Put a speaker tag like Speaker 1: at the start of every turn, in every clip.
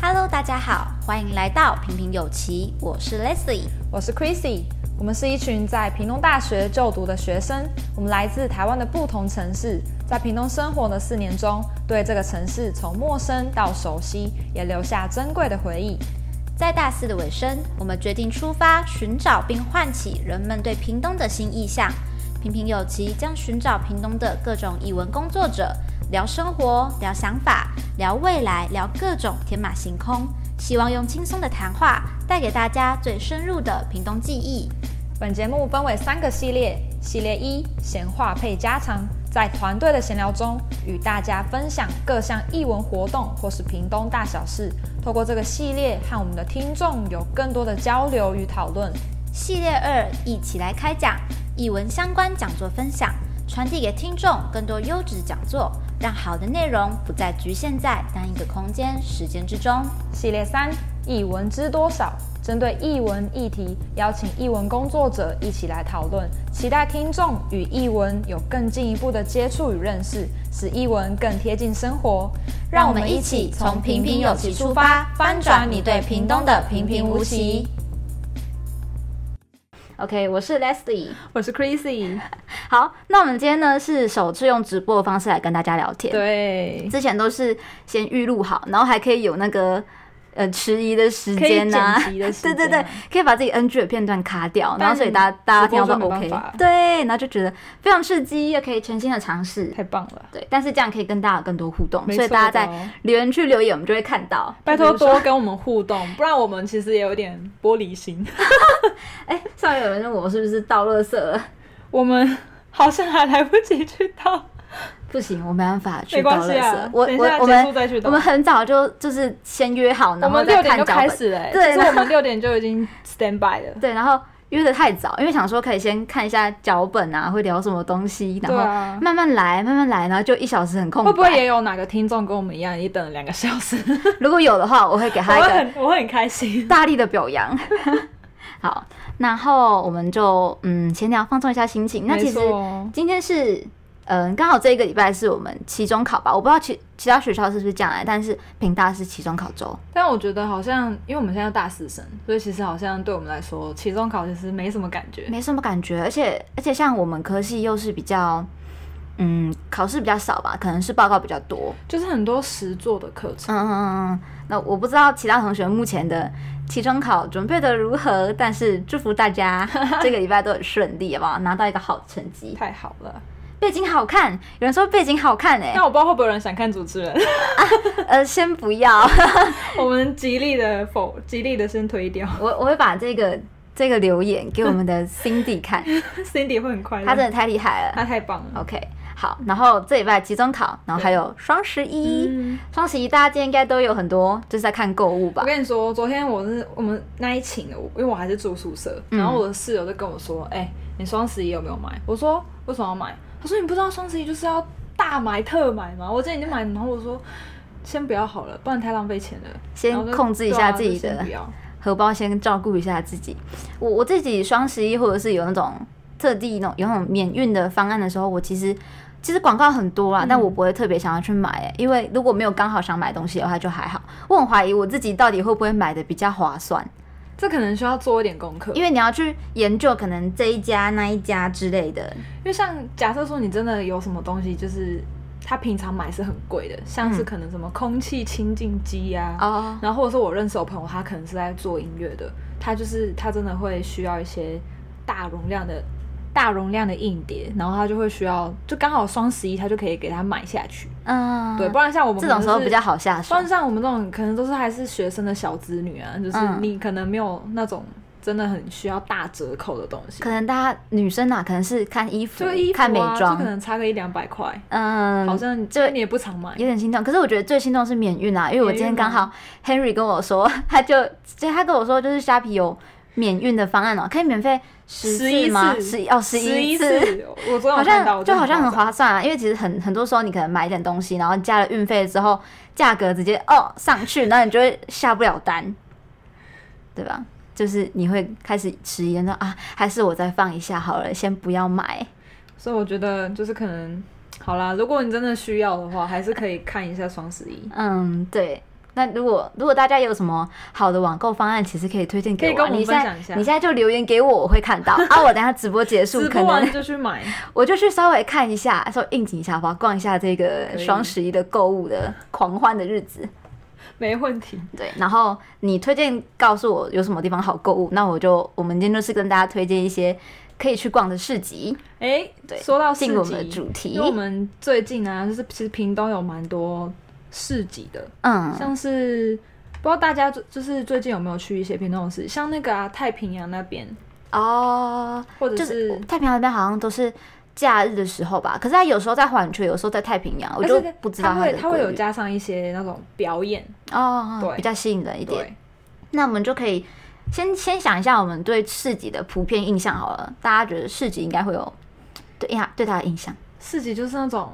Speaker 1: Hello，大家好，欢迎来到平平有奇，我是 Leslie。
Speaker 2: 我是 Chrissy，我们是一群在屏东大学就读的学生，我们来自台湾的不同城市，在屏东生活的四年中，对这个城市从陌生到熟悉，也留下珍贵的回忆。
Speaker 1: 在大四的尾声，我们决定出发，寻找并唤起人们对屏东的新意象。平平有奇将寻找屏东的各种译文工作者，聊生活，聊想法，聊未来，聊各种天马行空。希望用轻松的谈话，带给大家最深入的屏东记忆。
Speaker 2: 本节目分为三个系列，系列一闲话配家常，在团队的闲聊中与大家分享各项艺文活动或是屏东大小事，透过这个系列和我们的听众有更多的交流与讨论。
Speaker 1: 系列二一起来开讲，译文相关讲座分享，传递给听众更多优质讲座，让好的内容不再局限在单一个空间、时间之中。
Speaker 2: 系列三：译文知多少？针对译文议题，邀请译文工作者一起来讨论，期待听众与译文有更进一步的接触与认识，使译文更贴近生活。
Speaker 1: 让我们一起从平平有奇出发，翻转你对屏东的平平无奇。。OK，我是 Leslie。
Speaker 2: 我是 Crazy，
Speaker 1: 好，那我们今天呢是首次用直播的方式来跟大家聊天。
Speaker 2: 对，
Speaker 1: 之前都是先预录好，然后还可以有那个呃迟疑的时间呐、
Speaker 2: 可以剪辑的时间 啊
Speaker 1: 对对对，可以把自己 NG 的片段卡掉，
Speaker 2: 但
Speaker 1: 然后所以大家大家听到
Speaker 2: 直
Speaker 1: 都
Speaker 2: 播就没
Speaker 1: OK，
Speaker 2: 办法
Speaker 1: 对，然后就觉得非常刺激，又可以全新的尝试，
Speaker 2: 太棒了！
Speaker 1: 对，但是这样可以跟大家有更多互动，
Speaker 2: 没错
Speaker 1: 所以大家
Speaker 2: 的哦
Speaker 1: 在留言区留言，我们就会看到。
Speaker 2: 拜托
Speaker 1: 就比如说
Speaker 2: 多，跟我们互动，不然我们其实也有点玻璃心。
Speaker 1: 哎、上面有人问我是不是倒垃圾了，
Speaker 2: 我们好像还来不及去到，
Speaker 1: 不行，我没办法去
Speaker 2: 没
Speaker 1: 倒
Speaker 2: 关
Speaker 1: 垃
Speaker 2: 系
Speaker 1: 圾，
Speaker 2: 啊，
Speaker 1: 我
Speaker 2: 等一
Speaker 1: 我
Speaker 2: 下
Speaker 1: 我
Speaker 2: 结束
Speaker 1: 们。
Speaker 2: 再去
Speaker 1: 我
Speaker 2: 到
Speaker 1: 们。很早就就是先约好，
Speaker 2: 我
Speaker 1: 然后
Speaker 2: 们六
Speaker 1: 再
Speaker 2: 点
Speaker 1: 看
Speaker 2: 就
Speaker 1: 脚
Speaker 2: 开
Speaker 1: 本。
Speaker 2: 始了、欸，
Speaker 1: 对
Speaker 2: 就是我们六点就已经 stand by 了。
Speaker 1: 对，然后约的太早，因为想说可以先看一下脚本啊，会聊什么东西，然
Speaker 2: 对
Speaker 1: 后
Speaker 2: 啊，
Speaker 1: 慢慢来，慢慢来，然后就一小时很空白。
Speaker 2: 会不会也有哪个听众跟我们一样，也等了两个小时？
Speaker 1: 如果有的话，我会给
Speaker 2: 我
Speaker 1: 他一
Speaker 2: 会
Speaker 1: 个
Speaker 2: 很，我会很开心。
Speaker 1: 大力的表扬。 好，然后我们就嗯闲聊，放松一下心情。那
Speaker 2: 没
Speaker 1: 其实
Speaker 2: 错，
Speaker 1: 今天是。嗯，刚好这一个礼拜是我们期中考吧，我不知道其其他学校是不是这样来，啊但是平大是期中考周，
Speaker 2: 但我觉得好像，因为我们现在大四生，所以其实好像对我们来说，期中考其实没什么感觉。
Speaker 1: 没什么感觉，而且而且像我们科系又是比较，嗯，考试比较少吧，可能是报告比较多，
Speaker 2: 就是很多实作的课
Speaker 1: 嗯
Speaker 2: 程，
Speaker 1: 嗯嗯，嗯，那我不知道其他同学目前的期中考准备的如何，但是祝福大家这个礼拜都很顺利，好不好？拿到一个好成绩。
Speaker 2: 太好了。
Speaker 1: 背景好看，有人说背景好看 哎、
Speaker 2: 但我不知道会不会有人想看主持人，
Speaker 1: 呃，先不要，
Speaker 2: 我们极力的否，极力的先推掉。
Speaker 1: 我我会把这个这个留言给我们的 Cindy 看，
Speaker 2: Cindy 会很快乐，
Speaker 1: 她真的太厉害了。
Speaker 2: 他太棒了。
Speaker 1: OK，好，然后这礼拜期中考，然后还有双十一，
Speaker 2: 嗯
Speaker 1: 双十一大家今天应该都有很多就是在看购物吧
Speaker 2: 我？跟你说，昨天我是我们那一寝的，我因为我还是住宿舍，
Speaker 1: 嗯
Speaker 2: 然后我的室友就跟我说：“哎、你双十一有没有买？”我说：“为什么要买？”他说：“你不知道双十一就是要大买特买吗？”我今天已经买了，然后我说：“先不要好了，不然太浪费钱了。”
Speaker 1: 先
Speaker 2: 然后就
Speaker 1: 控制一下
Speaker 2: 对啊
Speaker 1: 自己
Speaker 2: 就
Speaker 1: 的
Speaker 2: 先不要。
Speaker 1: 荷包先照顾一下自己。我我自己双十一或者是有那种特地那种有那种免运的方案的时候，我其实其实广告很多啦，但
Speaker 2: 嗯
Speaker 1: 我不会特别想要去买、欸，因为如果没有刚好想买东西的话就还好。我很怀疑我自己到底会不会买的比较划算，
Speaker 2: 这可能需要做一点功课，因
Speaker 1: 因
Speaker 2: 为
Speaker 1: 为你要去研究可能这一家那一家之类的。
Speaker 2: 因为像假设说你真的有什么东西，就是他平常买是很贵的，像
Speaker 1: 嗯
Speaker 2: 是可能什么空气清净机啊，
Speaker 1: 哦
Speaker 2: 然后或者是我认识我朋友，他可能是在做音乐的，他就是他真的会需要一些大容量的大容量的硬碟，然后他就会需要，就刚好双十一他就可以给他买下去，
Speaker 1: 嗯，
Speaker 2: 对，不然像我们
Speaker 1: 这种时候比较
Speaker 2: 好。
Speaker 1: 好下手
Speaker 2: 不。然像我们这种可能都是还是学生的小子女啊，就是
Speaker 1: 嗯
Speaker 2: 你可能没有那种真的很需要大折扣的东西
Speaker 1: 可，能大家女生啊，可能是看衣服、
Speaker 2: 就衣服、啊、
Speaker 1: 看美
Speaker 2: 就可
Speaker 1: 妆，
Speaker 2: 能差个一两百块，
Speaker 1: 嗯，
Speaker 2: 好像
Speaker 1: 就
Speaker 2: 就你也不常买
Speaker 1: 有。点心痛，可是我觉得最心痛是免运啊，因为我今天刚好 Henry 跟我说， 他就就他跟我说，就是虾皮有免运的方案哦、可以免费十次吗？
Speaker 2: 11次
Speaker 1: 十一哦，
Speaker 2: 十
Speaker 1: 一
Speaker 2: 一次，我昨 天
Speaker 1: 好
Speaker 2: 有看到，
Speaker 1: 像
Speaker 2: 我
Speaker 1: 就
Speaker 2: 真的
Speaker 1: 好像很
Speaker 2: 夸张
Speaker 1: 划算啊，因为其实很很多时候你可能买一点东西，然后加了运费之后，价格直接哦上去，那你就会下不了单，对吧？就是你会开始迟疑说啊，还是我再放一下好了，先不要买。
Speaker 2: 所以我觉得就是可能，好啦，如果你真的需要的话，还是可以看一下双十一。
Speaker 1: 嗯，对。那如果如果大家有什么好的网购方案，其实可以推荐给
Speaker 2: 可以跟
Speaker 1: 我
Speaker 2: 我
Speaker 1: 啊。
Speaker 2: 们
Speaker 1: 你现
Speaker 2: 分
Speaker 1: 在
Speaker 2: 享一
Speaker 1: 你
Speaker 2: 下
Speaker 1: 现在就留言给我，我会 看到啊。我等下直播结束，
Speaker 2: 直
Speaker 1: 可
Speaker 2: 播完
Speaker 1: 能
Speaker 2: 就去买，
Speaker 1: 我就去稍微看一下，稍微应景一下吧，逛一下这个
Speaker 2: 可以
Speaker 1: 双十一的购物的狂欢的日子。
Speaker 2: 没问题。
Speaker 1: 对，然后你推荐告诉我有什么地方好购物，那我就我们今天就是跟大家推荐一些可以去逛的市集。
Speaker 2: 哎，
Speaker 1: 对，
Speaker 2: 说到市
Speaker 1: 进入我们的
Speaker 2: 集，
Speaker 1: 主题
Speaker 2: 因为，我们最近啊，就是其实屏东有蛮多市集的，
Speaker 1: 嗯，
Speaker 2: 像是不知道大家就就是最近有没有去一些偏东的市，像那个啊太平洋那边，
Speaker 1: 哦，
Speaker 2: 或者
Speaker 1: 就是是太平洋那边好像都是假日的时候吧，可是它有时候在环球，有时候在太平洋，我
Speaker 2: 而
Speaker 1: 就
Speaker 2: 且
Speaker 1: 不知道
Speaker 2: 它
Speaker 1: 的
Speaker 2: 会它会有
Speaker 1: 规律
Speaker 2: 加上一些那种表演，
Speaker 1: 哦，
Speaker 2: 对
Speaker 1: 比较吸引人一点。
Speaker 2: 对，
Speaker 1: 那我们就可以先先想一下我们对市集的普遍印象好了，大家觉得市集应该会有对呀对它的印象。
Speaker 2: 市集就是那种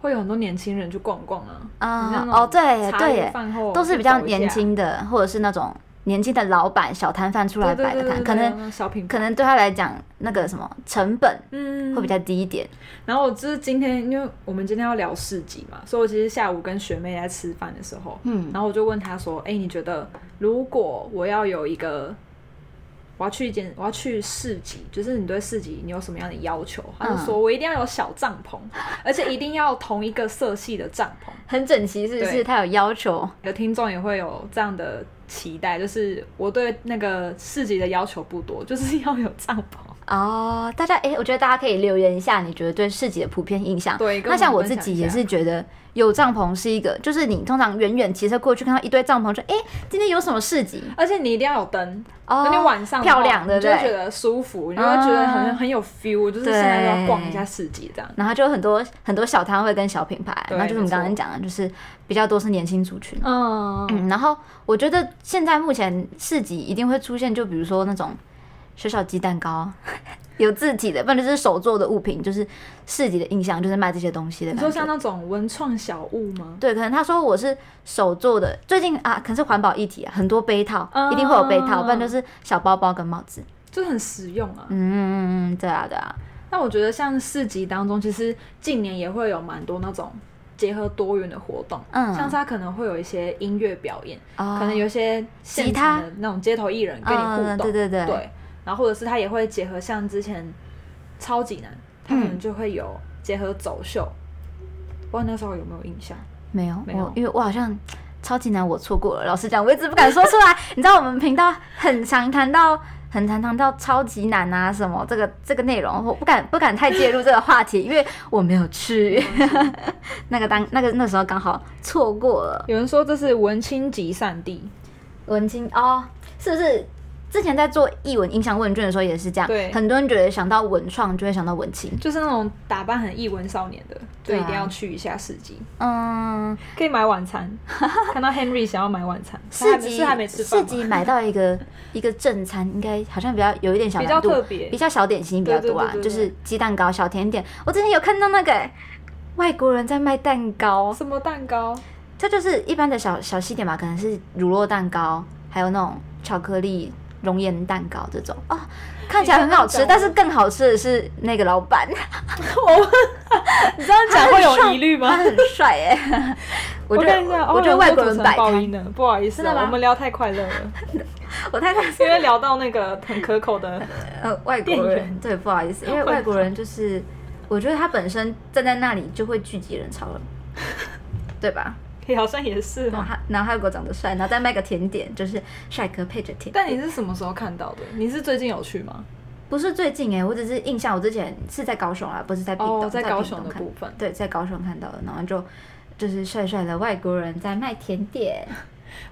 Speaker 2: 会有很多年轻人去逛逛啊，你
Speaker 1: 嗯，
Speaker 2: 像那种
Speaker 1: 哦，对耶
Speaker 2: 茶
Speaker 1: 对
Speaker 2: 余
Speaker 1: 耶，
Speaker 2: 饭后
Speaker 1: 都是比较
Speaker 2: 去走一下
Speaker 1: 年轻的，或者是那种年轻的老板小摊贩出来
Speaker 2: 对对
Speaker 1: 摆
Speaker 2: 对
Speaker 1: 的摊，
Speaker 2: 对对，
Speaker 1: 可能
Speaker 2: 那种小品牌
Speaker 1: 可能对他来讲，那个什么成本
Speaker 2: 嗯
Speaker 1: 会比较低一点。
Speaker 2: 然后我就是今天，因为我们今天要聊市集嘛，所以我其实下午跟学妹在吃饭的时候，
Speaker 1: 嗯
Speaker 2: 然后我就问她说：“哎、你觉得如果我要有一个，我要去一间，我要去市集，就是你对市集你有什么样的要求？”她就
Speaker 1: 嗯
Speaker 2: 说：“我一定要有小帐篷，而且一定要同一个色系的帐篷。
Speaker 1: 很整齐，是不
Speaker 2: 对
Speaker 1: 是？他有要求”
Speaker 2: 有听众也会有这样的期待，就是我对那个市集的要求不多，就是要有帐篷。
Speaker 1: 哦。大家，哎、我觉得大家可以留言一下，你觉得对市集的普遍印象？
Speaker 2: 对跟
Speaker 1: 那像
Speaker 2: 我
Speaker 1: 我
Speaker 2: 们分
Speaker 1: 自
Speaker 2: 享
Speaker 1: 己
Speaker 2: 一
Speaker 1: 也
Speaker 2: 下
Speaker 1: 是觉得有帐篷是一个，就是你通常远远骑车过去看到一堆帐篷，就哎、诶今天有什么市集？
Speaker 2: 而且你一定要有灯，
Speaker 1: 哦
Speaker 2: 那你晚上的
Speaker 1: 漂
Speaker 2: 话
Speaker 1: 亮，对
Speaker 2: 你
Speaker 1: 不
Speaker 2: 就会觉
Speaker 1: 对？
Speaker 2: 得舒服，你就会觉得很、
Speaker 1: 嗯
Speaker 2: 很有 feel，就是现在就要逛一下市集这样。
Speaker 1: 然后就有很多很多小摊位跟小品牌，
Speaker 2: 对
Speaker 1: 然后就是我们
Speaker 2: 没错
Speaker 1: 刚刚讲的，就是比较多是年轻族群。
Speaker 2: 嗯，
Speaker 1: 嗯，然后我觉得现在目前市集一定会出现，就比如说那种小小鸡蛋糕， 有自己的，不然就是手做的物品，就是市集的印象就是卖这些东西的
Speaker 2: 你
Speaker 1: 感
Speaker 2: 说像
Speaker 1: 觉。
Speaker 2: 那种文创小物吗？
Speaker 1: 对，可能他说我是手做的，最近啊，可能是环保议题啊，很多杯套、一定会有杯套，不然就是小包包跟帽子。
Speaker 2: 就是很实用啊。
Speaker 1: 嗯嗯嗯，对啊对啊，
Speaker 2: 那我觉得像市集当中，其实近年也会有蛮多那种结合多元的活动，
Speaker 1: 嗯
Speaker 2: 像是它可能会有一些音乐表演，
Speaker 1: 哦
Speaker 2: 可能有一些现场的那种街头艺人跟你互动，
Speaker 1: 嗯对对对
Speaker 2: 然后或者是他也会结合像之前超级男，他可能就会有结合走秀，不知道那时候有没有印象？
Speaker 1: 没有，
Speaker 2: 没有
Speaker 1: 我因为我好像超级难，我错过了。老实讲，我一直不敢说出来。 你知道我们频道很常谈到，很常谈到超级难啊什么这个这个内容，我不敢不敢太介入这个话题，因为我没有去。 那个当那个那时候刚好错过了
Speaker 2: 有人说这是文青集散地，
Speaker 1: 文青哦，是不是？之前在做译文印象问卷的时候也是这样，
Speaker 2: 对
Speaker 1: 很多人觉得想到文创就会想到文青，
Speaker 2: 就是那种打扮很艺文少年的，就
Speaker 1: 对啊
Speaker 2: 一定要去一下市集，
Speaker 1: 嗯，
Speaker 2: 可以买 晚餐。看到 Henry 想要买晚餐，
Speaker 1: 市
Speaker 2: 他还没
Speaker 1: 集
Speaker 2: 是还没吃饭
Speaker 1: 市
Speaker 2: 吗，
Speaker 1: 集买到一 个一个正餐，应该好像比较有一点小
Speaker 2: 比较
Speaker 1: 难度，
Speaker 2: 特别
Speaker 1: 比较小点心比较多啊，
Speaker 2: 对对对对对
Speaker 1: 就是鸡蛋糕、小甜点。我之前有看到那个、欸外国人在卖蛋糕，
Speaker 2: 什么蛋糕？
Speaker 1: 它就是一般的小小西点吧，可能是乳酪蛋糕，还有那种巧克力熔岩蛋糕这种哦，看起来很好吃，
Speaker 2: 你看到
Speaker 1: 但是更好吃的是那个老板，
Speaker 2: 你这样讲会有疑虑
Speaker 1: 他
Speaker 2: 吗？
Speaker 1: 很帅 哎、我
Speaker 2: 我
Speaker 1: 觉
Speaker 2: 看一下，哦
Speaker 1: 得我觉得外国人摆
Speaker 2: 报
Speaker 1: 摊，
Speaker 2: 音了，不好意思
Speaker 1: 真的
Speaker 2: 啊，
Speaker 1: 吗
Speaker 2: 我们聊太快乐了，
Speaker 1: 我太太
Speaker 2: 因为聊到那个很可口 的，
Speaker 1: 呃，外国
Speaker 2: 店
Speaker 1: 人
Speaker 2: 员
Speaker 1: 对，不好意思，因为外国人就是，我觉得他本身站在那里就会聚集人潮了，对 吧？
Speaker 2: 嘿好像也是
Speaker 1: 然后
Speaker 2: 哦。
Speaker 1: 他，然后他如果长得帅，然后再卖个甜点，就是帅哥配着甜点。
Speaker 2: 但你是什么时候看到的？你是最近有去吗？
Speaker 1: 不是最近哎、我只是印象，我之前是在高雄啊，不是在屏东，
Speaker 2: 哦，在
Speaker 1: 屏
Speaker 2: 高
Speaker 1: 东
Speaker 2: 雄的
Speaker 1: 看
Speaker 2: 部分。
Speaker 1: 对，在高雄看到的，然后就就是帅帅的外国人在卖甜点，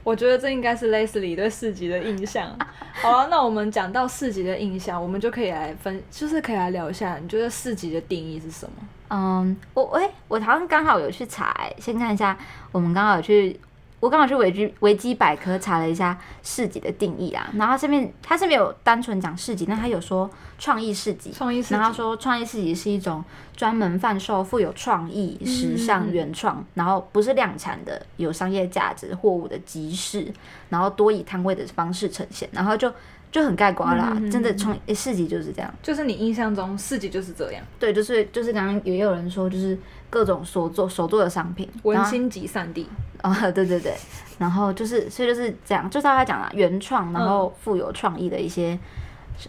Speaker 2: 我觉得这应该是 Leslie 对市集的 印象。好了，那我们讲到市集的印象，我们就可以来分，就是可以来聊一下，你觉得市集的定义是什么？
Speaker 1: 嗯，我哎、我好像刚好有去查、欸，先看一下，我们刚好有去，我刚好去维基维基百科查了一下市集的定义啊，然后它上面它上面有单纯讲市集，但它有说创意市集，
Speaker 2: 创意市集
Speaker 1: 然后它说创意市集是一种专门贩售富有创意、时
Speaker 2: 嗯
Speaker 1: 尚、
Speaker 2: 嗯
Speaker 1: 原创，然后不是量产的有商业价值货物的集市，然后多以摊位的方式呈现，然后就就很盖瓜啦
Speaker 2: 嗯嗯嗯，
Speaker 1: 真的
Speaker 2: 嗯
Speaker 1: 从诶市集就是这样。
Speaker 2: 就是你印象中四级就是这样，
Speaker 1: 对，就是就是刚刚也有人说，就是各种手做手做的商品，
Speaker 2: 文
Speaker 1: 然后
Speaker 2: 青集散地。
Speaker 1: 啊、对对对，然后就是，所以就是这样，就是他讲了原创，然
Speaker 2: 嗯
Speaker 1: 后富有创意的一些，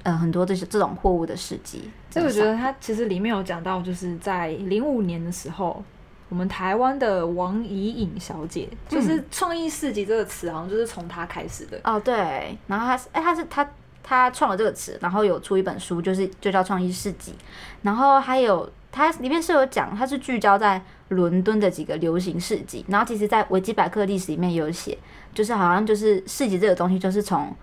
Speaker 1: 呃，很多这些这种货物的事迹。这
Speaker 2: 所以我
Speaker 1: 样
Speaker 2: 觉得他其实里面有讲到，就是在零五年的时候，我们台湾的王怡颖小姐，
Speaker 1: 嗯
Speaker 2: 就是“创意市集”这个词，好像就是从她开始的。
Speaker 1: 哦，对，然后他是，哎，他是他他创了这个词，然后有出一本书，就是就叫《创意市集》，然后还有它里面是有讲，它是聚焦在伦敦的几个流行市集，然后其实，在维基百科历史里面也有写，就是好像就是市集这个东西就是从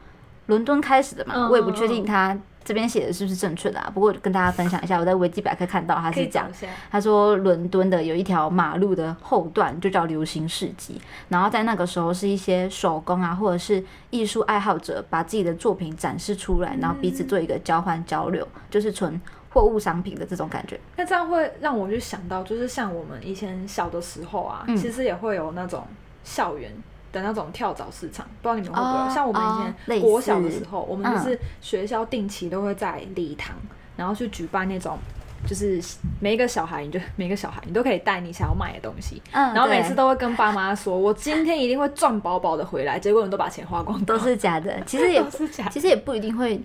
Speaker 1: 伦敦开始的嘛，
Speaker 2: 嗯
Speaker 1: 我也不确定它这边写的是不是正确的啊，不过跟大家分享一下，我在维基百科看到它
Speaker 2: 可
Speaker 1: 是
Speaker 2: 以
Speaker 1: 讲
Speaker 2: 讲一下，
Speaker 1: 他说伦敦的有一条马路的后段就叫流行市集，然后在那个时候是一些手工啊或者是艺术爱好者把自己的作品展示出来，然后
Speaker 2: 嗯
Speaker 1: 彼此做一个交换交流，就是纯货物商品的这种感觉。
Speaker 2: 那这样会让我就想到，就是像我们以前小的时候啊，
Speaker 1: 嗯
Speaker 2: 其实也会有那种校园。的那种跳蚤市场，不知道你们会不会有？
Speaker 1: 哦
Speaker 2: 像我们
Speaker 1: 哦
Speaker 2: 以前
Speaker 1: 类
Speaker 2: 国小的
Speaker 1: 似嗯
Speaker 2: 时候，我们就是学校定期都会在礼堂，然后去举办那种，就是每一个小孩，你就 每个小孩你都可以带你想要买的东西，
Speaker 1: 嗯，
Speaker 2: 然后
Speaker 1: 对
Speaker 2: 每次都会跟爸妈说，我今天一定会赚饱饱的回来，结果你都把钱花光
Speaker 1: 都
Speaker 2: 光，
Speaker 1: 是假的， 其 实也
Speaker 2: 都是假的
Speaker 1: 其实也不一定会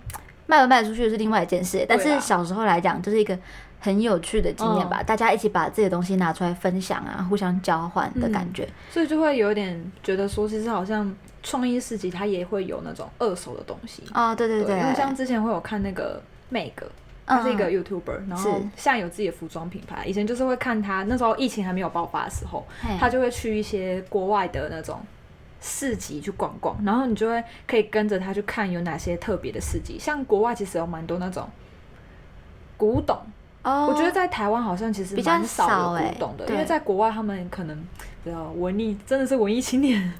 Speaker 1: 卖不卖出去是另外一件事，但
Speaker 2: 对嗯
Speaker 1: 是
Speaker 2: 啊
Speaker 1: 小时候来讲，就是一个很有趣的经验吧，大家一起把自己的东西拿出来分享啊，互相交换的
Speaker 2: 嗯
Speaker 1: 感觉。
Speaker 2: 所以就会有点觉得说，其实好像创意市集它也会有那种二手的东西，
Speaker 1: 哦，对对嗯
Speaker 2: 因为像之前会有看那个 Meg。他是一个 YouTuber，、然后
Speaker 1: 是
Speaker 2: 现在有自己的服装品牌。以前就是会看他那时候疫情还没有爆发的时候，
Speaker 1: 嘿
Speaker 2: 他就会去一些国外的那种市集去逛逛，然后你就会可以跟着他去看有哪些特别的市集。像国外其实有蛮多那种古董，
Speaker 1: 哦，
Speaker 2: 我觉得在台湾好像其实
Speaker 1: 比较
Speaker 2: 蛮少
Speaker 1: 少
Speaker 2: 有
Speaker 1: 欸
Speaker 2: 古董的，
Speaker 1: 对
Speaker 2: 因为在国外他们可能比较文艺，真的是文艺青年，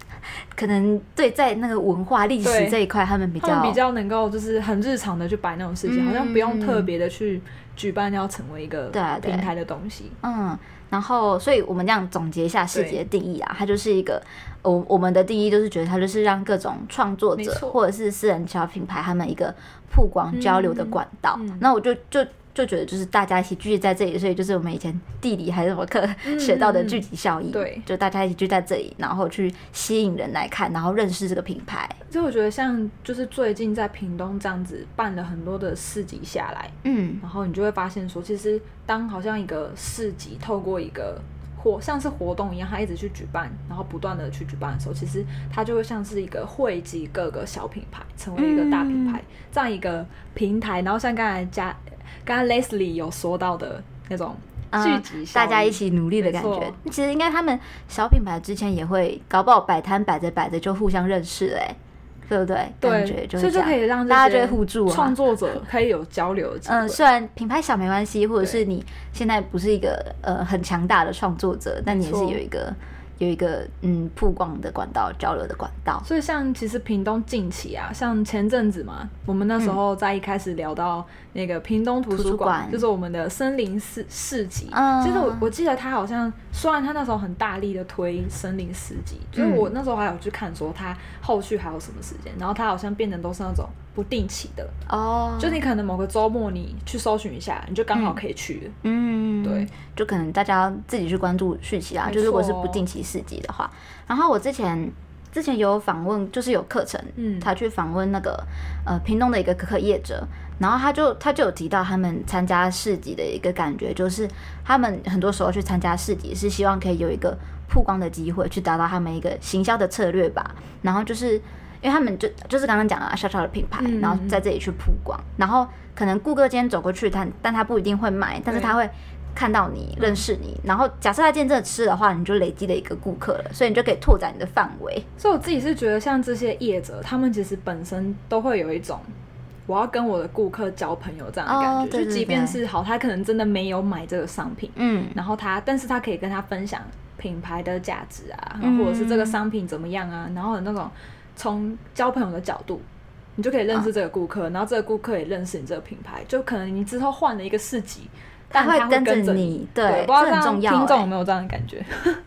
Speaker 1: 可能对在那个文化历
Speaker 2: 对
Speaker 1: 史这一块，他们比
Speaker 2: 他们
Speaker 1: 较
Speaker 2: 比较能够就是很日常的去摆那种事情，好像不用
Speaker 1: 嗯
Speaker 2: 特别的去举办要成为一个
Speaker 1: 对啊对
Speaker 2: 平台的东西。
Speaker 1: 嗯，然后所以我们这样总结一下市集的定义
Speaker 2: 嗯
Speaker 1: 啊，它就是一个我我们的定义就是觉得它就是让各种创作
Speaker 2: 没
Speaker 1: 者
Speaker 2: 错
Speaker 1: 或者是私人小品牌他们一个曝光交流的管道。
Speaker 2: 嗯嗯
Speaker 1: 那我就就。就觉得就是大家一起聚集在这里，所以就是我们以前地理还是什么课学到的聚集效应，
Speaker 2: 嗯对
Speaker 1: 就大家一起聚在这里，然后去吸引人来看，然后认识这个品牌，
Speaker 2: 所以我觉得像就是最近在屏东这样子办了很多的市集下来，
Speaker 1: 嗯，
Speaker 2: 然后你就会发现说，其实当好像一个市集透过一个活像是活动一样，它一直去举办，然后不断的去举办的时候，其实它就会像是一个汇集各个小品牌，成为一个大品
Speaker 1: 嗯
Speaker 2: 牌、这样一个平台。然后像刚才加刚刚 Leslie 有说到的那种
Speaker 1: 啊
Speaker 2: 聚集效
Speaker 1: 大
Speaker 2: 应、
Speaker 1: 家一起努力的感
Speaker 2: 没
Speaker 1: 觉
Speaker 2: 错。
Speaker 1: 其实应该他们小品牌之前也会搞不好摆摊摆着摆着就互相认识嘞、对不对？感觉
Speaker 2: 对，
Speaker 1: 就
Speaker 2: 所
Speaker 1: 是这
Speaker 2: 以就
Speaker 1: 样
Speaker 2: 可以让这
Speaker 1: 大家就
Speaker 2: 些
Speaker 1: 会互助
Speaker 2: 创
Speaker 1: 啊。
Speaker 2: 作者可以有交流的机会。
Speaker 1: 嗯，虽然品牌小没关系，或者
Speaker 2: 对
Speaker 1: 是你现在不是一个呃很强大的创作者，但你也是
Speaker 2: 错
Speaker 1: 有一个有一个嗯曝光的管道、交流的管道。
Speaker 2: 所以像其实屏东近期啊，像前阵子嘛，我们那时候在一开始聊到那个屏东图
Speaker 1: 图
Speaker 2: 书
Speaker 1: 书
Speaker 2: 馆，
Speaker 1: 馆
Speaker 2: 就是我们的森林市市集。
Speaker 1: 嗯
Speaker 2: 其实我我记得他好像，虽然他那时候很大力的推森林市集，就是
Speaker 1: 嗯
Speaker 2: 我那时候还有去看说他后续还有什么时间，然后他好像变成都是那种不定期的，
Speaker 1: 哦，
Speaker 2: 就你可能某个周末你去搜寻一下，你就刚好可以去了。
Speaker 1: 嗯，
Speaker 2: 对，
Speaker 1: 就可能大家要自己去关注讯息啦。
Speaker 2: 没
Speaker 1: 就如果是
Speaker 2: 错
Speaker 1: 不定期市集的话，然后我之前之前有访问，就是有课程，
Speaker 2: 嗯
Speaker 1: 他去访问那个呃屏东的一个可可业者，然后他就他就有提到他们参加市集的一个感觉，就是他们很多时候去参加市集是希望可以有一个曝光的机会，去达到他们一个行销的策略吧。然后就是。因为他们就就是刚刚讲了小小的品牌，
Speaker 2: 嗯
Speaker 1: 然后在这里去曝光，然后可能顾客今天走过去，他但他不一定会买，但是
Speaker 2: 对
Speaker 1: 他会看到你、认识你，然后假设他今天真的吃的话，你就累积了一个顾客了，所以你就可以拓展你的范围。
Speaker 2: 所以我自己是觉得，像这些业者，他们其实本身都会有一种我要跟我的顾客交朋友这样的感觉。
Speaker 1: 哦对
Speaker 2: 就
Speaker 1: 对
Speaker 2: 即便
Speaker 1: 对
Speaker 2: 是好，他可能真的没有买这个商品，
Speaker 1: 嗯，
Speaker 2: 然后他，但是他可以跟他分享品牌的价值啊，
Speaker 1: 嗯
Speaker 2: 或者是这个商品怎么样啊，然后有那种从交朋友的角度。你就可以认
Speaker 1: 嗯
Speaker 2: 识这个顾客，然后这个顾客也认识你这个品牌，就可能你之后换了一个市集，但
Speaker 1: 会
Speaker 2: 他会
Speaker 1: 跟着
Speaker 2: 着
Speaker 1: 你对
Speaker 2: 不知道
Speaker 1: 这很
Speaker 2: 让
Speaker 1: 重要
Speaker 2: 听众
Speaker 1: 欸
Speaker 2: 有没有这样的感 觉？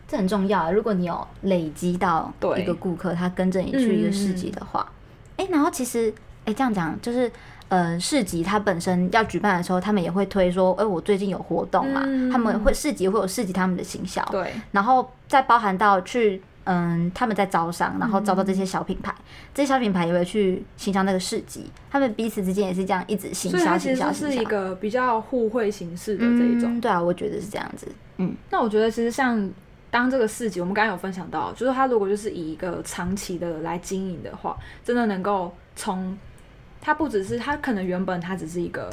Speaker 1: 这很重要啊。如果你有累积到
Speaker 2: 对
Speaker 1: 一个顾客，他跟着你去一个市集的话，哎、然后其实哎、哎，这样讲就是。呃，市集它本身要举办的时候，他们也会推说，哎、我最近有活动嘛，
Speaker 2: 嗯
Speaker 1: 他们会市集会有市集他们的行销，
Speaker 2: 对，
Speaker 1: 然后再包含到去，嗯，他们在招商，然后招到这些小品牌，这些小品牌也会去行销那个市集，他们彼此之间也是这样一直行
Speaker 2: 所以
Speaker 1: 销，
Speaker 2: 它其
Speaker 1: 行
Speaker 2: 实
Speaker 1: 销，
Speaker 2: 就
Speaker 1: 行
Speaker 2: 是
Speaker 1: 销
Speaker 2: 一。个比较互惠形式的这一种。
Speaker 1: 嗯，对啊，我觉得是这样子。嗯，
Speaker 2: 那我觉得其实像当这个市集，我们刚刚有分享到，就是它如果就是以一个长期的来经营的话，真的能够从它不只是它可能原本它只是一个。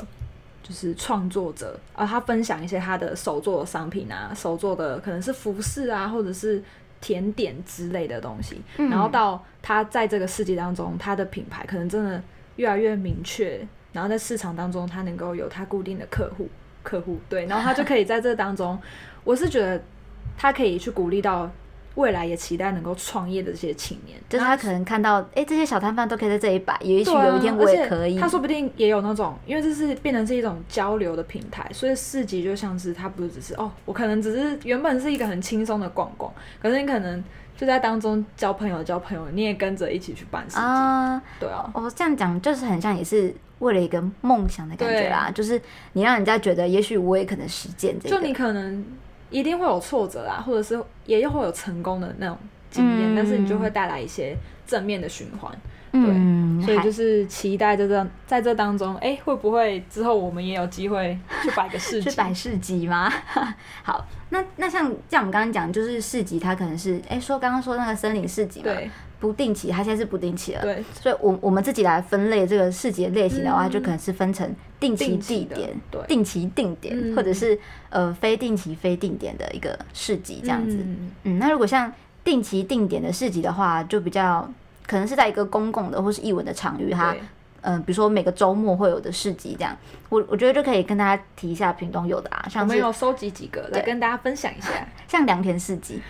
Speaker 2: 就是创作者，啊，他分享一些他的手做的商品啊，手做的可能是服饰啊，或者是甜点之类的东西。
Speaker 1: 嗯
Speaker 2: 然后到他在这个世界当中，他的品牌可能真的越来越明确，然后在市场当中，他能够有他固定的客户，客户 对，然后他就可以在这当中，我是觉得他可以去鼓励到未来也期待能够创业的这些青年，
Speaker 1: 就是他可能看到，哎、这些小摊贩都可以在这里摆，也许
Speaker 2: 对啊
Speaker 1: 有一天我也可
Speaker 2: 而且
Speaker 1: 以。
Speaker 2: 他说不定也有那种，因为这是变成是一种交流的平台，所以市集就像是它不是只是哦，我可能只是原本是一个很轻松的逛逛，可是你可能就在当中交朋友，交朋友，你也跟着一起去办市集，
Speaker 1: 啊，
Speaker 2: 对啊，
Speaker 1: 我、这样讲就是很像，也是为了一个梦想的感觉啦，就是你让人家觉得，也许我也可能实践这个。
Speaker 2: 就你可能一定会有挫折啊，或者是也会有成功的那种经验，
Speaker 1: 嗯
Speaker 2: 但是你就会带来一些正面的循环，
Speaker 1: 嗯，
Speaker 2: 所以
Speaker 1: 还
Speaker 2: 就是期待在这在这当中，哎、会不会之后我们也有机会去摆个市集？
Speaker 1: 去摆市集吗？好，那那像像我们刚刚讲，就是市集，它可能是哎、诶说刚刚说那个森林市集嘛，
Speaker 2: 对
Speaker 1: 不定期，它现在是不定期了。
Speaker 2: 对，
Speaker 1: 所以我，我们自己来分类这个市集的类型的话，
Speaker 2: 嗯
Speaker 1: 就可能是分成定期
Speaker 2: 定期
Speaker 1: 地
Speaker 2: 的
Speaker 1: 点、
Speaker 2: 对
Speaker 1: 定期定点，
Speaker 2: 嗯
Speaker 1: 或者是呃非定期非定点的一个市集这样子。嗯
Speaker 2: 嗯
Speaker 1: 那如果像定期定点的市集的话，就比较可能是在一个公共的或是艺文的场域，它
Speaker 2: 对
Speaker 1: 嗯，比如说每个周末会有的市集这样，我我觉得就可以跟大家提一下屏东有的啊，
Speaker 2: 我
Speaker 1: 像
Speaker 2: 们
Speaker 1: 是
Speaker 2: 有收集几个来跟大家分享一下。
Speaker 1: 像良田市集，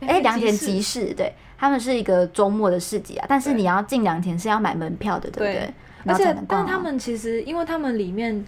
Speaker 1: 哎，良田集
Speaker 2: 市
Speaker 1: 市，对，他们是一个周末的市集啊，但是
Speaker 2: 对
Speaker 1: 你要进良田是要买门 票的，对不
Speaker 2: 对
Speaker 1: 对？
Speaker 2: 而
Speaker 1: 然后才
Speaker 2: 且
Speaker 1: 能逛
Speaker 2: 但
Speaker 1: 啊
Speaker 2: 他们其实，因为他们里面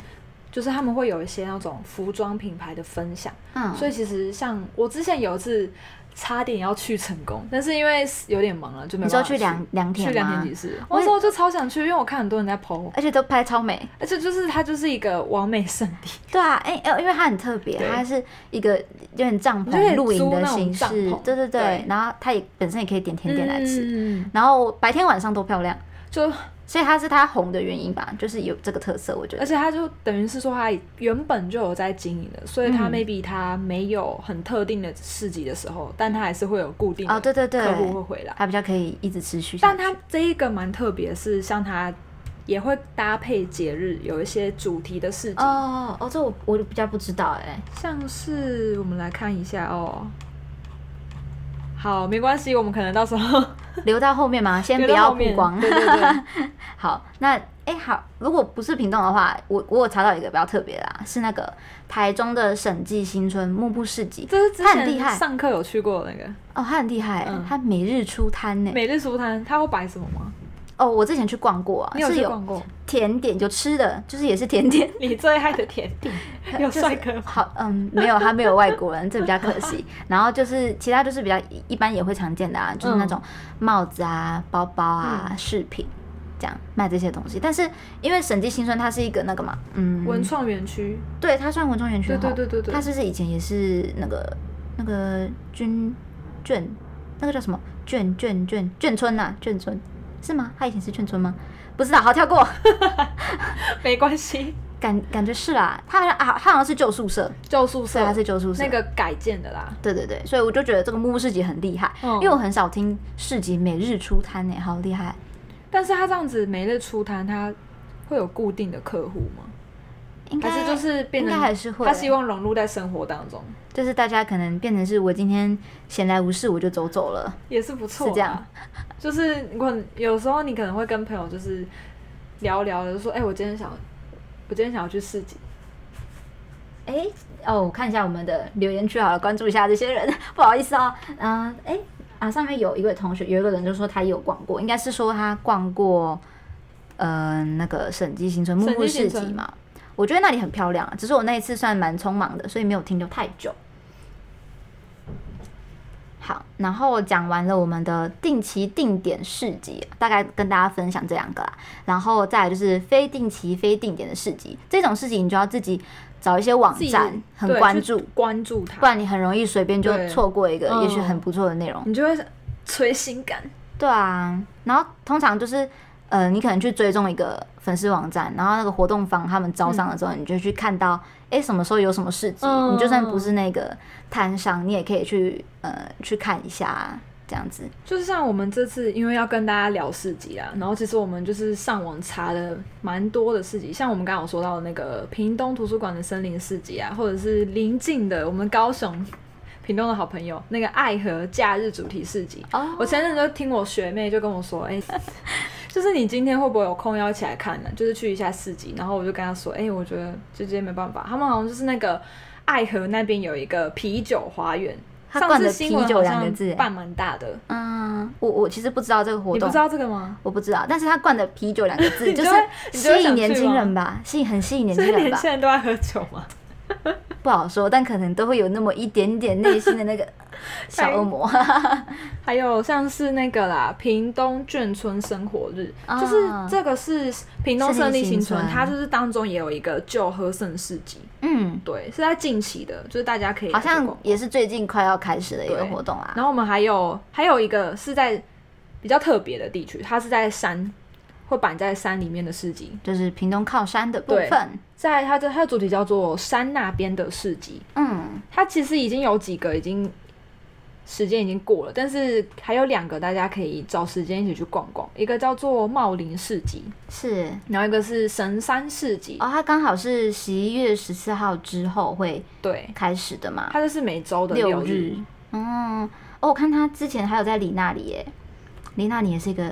Speaker 2: 就是他们会有一些那种服装品牌的分享，
Speaker 1: 嗯，
Speaker 2: 所以其实像我之前有一次差点要去成功，但是因为有点忙了，就没
Speaker 1: 你
Speaker 2: 办法
Speaker 1: 说去良良
Speaker 2: 去
Speaker 1: 田
Speaker 2: 良
Speaker 1: 吗
Speaker 2: 田集？市，
Speaker 1: 我
Speaker 2: 我
Speaker 1: 也
Speaker 2: 那时候就超想去，因为我看很多人在 PO，
Speaker 1: 而且都拍超美，
Speaker 2: 而且就是它就是一个完美圣地，
Speaker 1: 对啊，哎、呃因为它很特别，
Speaker 2: 对
Speaker 1: 它是一个有点帐
Speaker 2: 你就可
Speaker 1: 篷
Speaker 2: 以
Speaker 1: 露营
Speaker 2: 租
Speaker 1: 的
Speaker 2: 那种
Speaker 1: 形
Speaker 2: 帐
Speaker 1: 式
Speaker 2: 篷，
Speaker 1: 对对对，
Speaker 2: 对
Speaker 1: 然后它也本身也可以点甜点来吃，
Speaker 2: 嗯，嗯嗯
Speaker 1: 然后白天晚上都漂亮，
Speaker 2: 就
Speaker 1: 所以它是它红的原因吧，就是有这个特色，我觉
Speaker 2: 而
Speaker 1: 得。
Speaker 2: 且他就等于是说，他原本就有在经营的，所以他
Speaker 1: 嗯
Speaker 2: maybe 他没有很特定的市集的时候，但他还是会有固定
Speaker 1: 哦，
Speaker 2: 的
Speaker 1: 对对对，
Speaker 2: 客户会回来。
Speaker 1: 它比较可以一直持续下
Speaker 2: 但
Speaker 1: 去。
Speaker 2: 他这一个蛮特别，是像他也会搭配节日有一些主题的市集，
Speaker 1: 哦哦，这我我比较不知道 哎、
Speaker 2: 像是我们来看一下哦。好，没关系，我们可能到时候
Speaker 1: 留到后面嘛， 先不
Speaker 2: 留到
Speaker 1: 要
Speaker 2: 后面
Speaker 1: 曝光。
Speaker 2: 对 对对，
Speaker 1: 好，那哎、诶好，如果不是屏东的话，我我有查到一个比较特别的啦，是那个台中的审计新村幕布市集
Speaker 2: 这是之
Speaker 1: 他很厉
Speaker 2: 前
Speaker 1: 害
Speaker 2: 上课有去过的那个
Speaker 1: 哦，它很厉害、
Speaker 2: 嗯
Speaker 1: 它每日出摊呢、
Speaker 2: 每日书摊，他会摆什么吗？
Speaker 1: 哦，我之前去逛过啊，
Speaker 2: 你有
Speaker 1: 是
Speaker 2: 去
Speaker 1: 有
Speaker 2: 逛过？
Speaker 1: 甜点就吃的，就是也是甜点。
Speaker 2: 你最爱的甜点有帅哥吗？
Speaker 1: 好，嗯，没有，他没有外国人，这比较可 惜。然后就是其他就是比较一般也会常见的啊，
Speaker 2: 嗯
Speaker 1: 就是那种帽子啊、包包啊、饰品这样卖这些东西。但是因为审计新村它是一个那个嘛，嗯，
Speaker 2: 文创园区，
Speaker 1: 对，它算文创园区
Speaker 2: 对
Speaker 1: 哈。
Speaker 2: 对对对对，
Speaker 1: 它是不是以前也是那个那个军眷，那个叫什么眷眷眷眷村呐、啊眷村是吗？它以前是眷村吗？不知道，好跳过，
Speaker 2: 没关系，
Speaker 1: 感感觉是啦、它好像啊，它好像是旧宿舍，
Speaker 2: 旧宿
Speaker 1: 对，
Speaker 2: 舍
Speaker 1: 它是旧宿舍。
Speaker 2: 那个改建的啦，
Speaker 1: 对对对，所以我就觉得这个木屋市集很厉害，
Speaker 2: 嗯
Speaker 1: 因为我很少听市集每日出摊呢、欸好厉害。
Speaker 2: 但是它这样子每日出摊，它会有固定的客户吗？
Speaker 1: 应该
Speaker 2: 还是就是变
Speaker 1: 应
Speaker 2: 成
Speaker 1: 该还是会，
Speaker 2: 他希望融入在生活当中，
Speaker 1: 就是大家可能变成是我今天闲来无事我就走走了，
Speaker 2: 也是不错啦。啊
Speaker 1: 是这样
Speaker 2: 就是如果有时候你可能会跟朋友就是聊聊的，就说哎、我今天想，我今天想要去市集，
Speaker 1: 哎，哦，我看一下我们的留言区好了，关注一下这些人， 不好意思哦，嗯、哎啊，上面有一位同学，有一个人就说他也有逛过，应该是说他逛过，呃，那个审计新村幕布市
Speaker 2: 审计新
Speaker 1: 集
Speaker 2: 村
Speaker 1: 嘛，我觉得那里很漂亮啊，只是我那一次算蛮匆忙的，所以没有停留太久。好，然后讲完了我们的定期定点市集，大概跟大家分享这两个啦。然后再来就是非定期非定点的市集，这种事情你就要自己找一些网
Speaker 2: 自己
Speaker 1: 站，很
Speaker 2: 对
Speaker 1: 关
Speaker 2: 去
Speaker 1: 注，
Speaker 2: 关注它，
Speaker 1: 不然你很容易随便就
Speaker 2: 对
Speaker 1: 错过一个
Speaker 2: 嗯
Speaker 1: 也许很不错的内容。
Speaker 2: 你就会垂心感。
Speaker 1: 对啊，然后通常就是呃，你可能去追踪一个粉丝网站，然后那个活动方他们招商的时候，你就去看到，哎、什么时候有什么市集，
Speaker 2: 嗯
Speaker 1: 你就算不是那个摊商，你也可以去呃去看一下这样子。
Speaker 2: 就是像我们这次，因为要跟大家聊市集啦，然后其实我们就是上网查了蛮多的市集，像我们刚刚有说到那个屏东图书馆的森林市集啊，或者是邻近的我们高雄屏东的好朋友那个爱河假日主题市集。
Speaker 1: 哦
Speaker 2: 我前阵子就听我学妹就跟我说，哎、 就是你今天会不会有空要一起来看呢？就是去一下市集，然后我就跟她说，哎、我觉得就今天没办法，他们好像就是那个爱河那边有一个啤酒花园。
Speaker 1: 他
Speaker 2: 上
Speaker 1: 冠
Speaker 2: 次
Speaker 1: 的
Speaker 2: 新
Speaker 1: 啤
Speaker 2: 闻
Speaker 1: 酒
Speaker 2: 好
Speaker 1: 两个
Speaker 2: 像
Speaker 1: 字哎
Speaker 2: 办蛮大的，
Speaker 1: 嗯，我我其实不知道这个活
Speaker 2: 你不
Speaker 1: 动
Speaker 2: 知。道这个吗？
Speaker 1: 我不知道，但是他灌的“啤酒”两个字，
Speaker 2: 你就
Speaker 1: 就是
Speaker 2: 会你就
Speaker 1: 吸
Speaker 2: 会想
Speaker 1: 引年
Speaker 2: 去
Speaker 1: 轻
Speaker 2: 吗
Speaker 1: 人吧，吸引很吸引年
Speaker 2: 所
Speaker 1: 轻
Speaker 2: 以
Speaker 1: 人
Speaker 2: 年
Speaker 1: 吧，
Speaker 2: 轻人都在喝酒吗？
Speaker 1: 不好说， 但可能都会有那么一点点内心的那 个小恶魔。
Speaker 2: 还有像是那个啦，屏东眷村生活日，
Speaker 1: 啊
Speaker 2: 就是这个是屏东胜利新
Speaker 1: 胜利新
Speaker 2: 村
Speaker 1: 村，
Speaker 2: 它就是当中也有一个旧和盛市集，
Speaker 1: 嗯，
Speaker 2: 对，是在近期的，就是大家可以
Speaker 1: 好
Speaker 2: 来去
Speaker 1: 像
Speaker 2: 逛
Speaker 1: 也是最近快要开始的一个
Speaker 2: 对
Speaker 1: 活动啦。
Speaker 2: 然后我们还有还有一个是在比较特别的地区，它是在山，会摆在山里面的市集，
Speaker 1: 就是屏东靠山的部
Speaker 2: 对
Speaker 1: 分。
Speaker 2: 在它的它的主题叫做山那边的市集，
Speaker 1: 嗯，
Speaker 2: 它其实已经有几个已经时间已经过了，但是还有两个大家可以找时间一起去逛逛，一个叫做茂林市集，
Speaker 1: 是
Speaker 2: 然后一个是神山市集。
Speaker 1: 哦，它刚好是十一月十四号之后会
Speaker 2: 对，
Speaker 1: 开始的嘛，
Speaker 2: 它就是每周的六
Speaker 1: 日。嗯，哦，我看它之前还有在里那里耶，里那里也是一个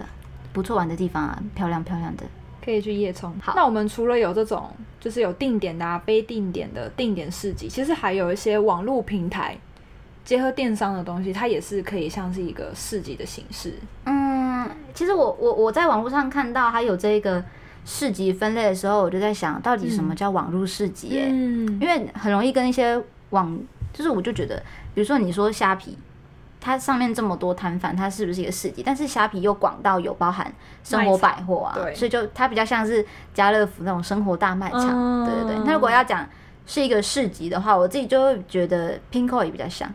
Speaker 1: 不错玩的地方啊，漂亮漂亮的。
Speaker 2: 可以去夜冲。
Speaker 1: 好
Speaker 2: 那我们除了有这种就是有定点的、啊、非定点的定点市集，其实还有一些网络平台。结合电商的东西，它也是可以像是一个市集的形式。
Speaker 1: 嗯，其实我我我在网络上看到它有这个市集分类的时候，我就在想到底什么叫网络市集耶？
Speaker 2: 嗯
Speaker 1: 因为很容易跟一些网，就是我就觉得，比如说你说虾皮，它上面这么多摊贩，它是不是一个市集？但是虾皮又广到有包含生活百货啊
Speaker 2: 卖场，对
Speaker 1: 所以就它比较像是家乐福那种生活大卖场。
Speaker 2: 嗯
Speaker 1: 对对对，那如果要讲是一个市集的话，我自己就会觉得 Pinko 也比较像，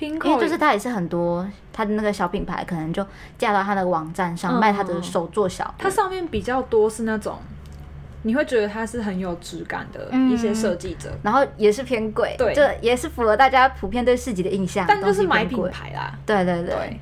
Speaker 1: 因为
Speaker 2: Pinko
Speaker 1: 就是它也是很多它的那个小品牌可能就架到它的网站上、
Speaker 2: 嗯
Speaker 1: 卖它的手作小
Speaker 2: 它
Speaker 1: 物。
Speaker 2: 上面比较多是那种，你会觉得它是很有质感的
Speaker 1: 嗯
Speaker 2: 一些设计者，
Speaker 1: 然后也是偏贵，
Speaker 2: 对
Speaker 1: 这也是符合大家普遍对市集的印象。
Speaker 2: 但就是买
Speaker 1: 东西偏
Speaker 2: 品
Speaker 1: 贵
Speaker 2: 牌啦。
Speaker 1: 对对对，
Speaker 2: 对，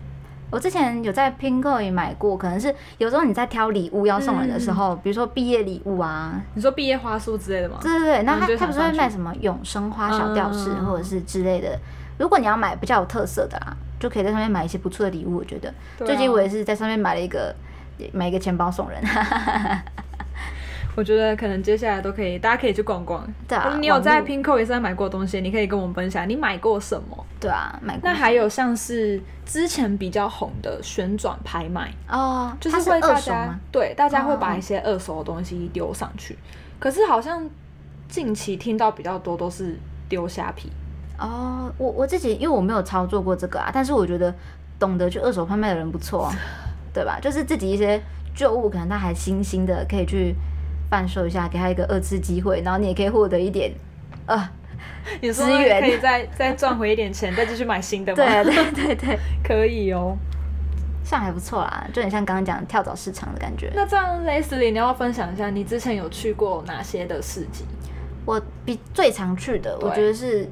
Speaker 1: 我之前有在 Pinko 也买过，可能是有时候你在挑礼物要送人的时
Speaker 2: 嗯
Speaker 1: 候，比如说毕业礼物啊，
Speaker 2: 你说毕业花束之类的吗？
Speaker 1: 对对对，那
Speaker 2: 你就
Speaker 1: 他他
Speaker 2: 想
Speaker 1: 不是会
Speaker 2: 上去
Speaker 1: 卖什么永生花小吊饰
Speaker 2: 嗯
Speaker 1: 或者是之类的，如果你要买比较有特色的啦，就可以在上面买一些不错的礼物。我觉得、
Speaker 2: 对啊
Speaker 1: 最近我也是在上面买了一个买一个钱包送人，
Speaker 2: 我觉得可能接下来都可以，大家可以去逛逛。
Speaker 1: 对啊
Speaker 2: 你有在
Speaker 1: 网络
Speaker 2: Pinko 也是在买过东西，你可以跟我们分享你买过什么。
Speaker 1: 对啊，买过
Speaker 2: 那还有像是之前比较红的旋转拍卖，
Speaker 1: 哦，
Speaker 2: 就
Speaker 1: 它
Speaker 2: 会大
Speaker 1: 二手
Speaker 2: 家
Speaker 1: 吗？
Speaker 2: 对大家会把
Speaker 1: 哦
Speaker 2: 一些二手的东西丢上去，可是好像近期听到比较多都是丢虾皮。
Speaker 1: 哦，我我自己因为我没有操作过这个啊，但是我觉得懂得去二手拍卖的人不错 啊，对吧？就是自己一些旧物，可能他还新新的，可以去贩售一下，给他一个二次机会，然后你也可以获得一点，呃，
Speaker 2: 你说
Speaker 1: 资源
Speaker 2: 可以再再赚回一点钱，再继续买新的吗？
Speaker 1: 对对 对对，
Speaker 2: 可以哦。
Speaker 1: 这样还不错啦，就很像刚刚讲的跳蚤市场的感觉。
Speaker 2: 那这样，Leslie，你要不要分享一下你之前有去过哪些的市集？
Speaker 1: 我比最常去的，我
Speaker 2: 对
Speaker 1: 觉得是。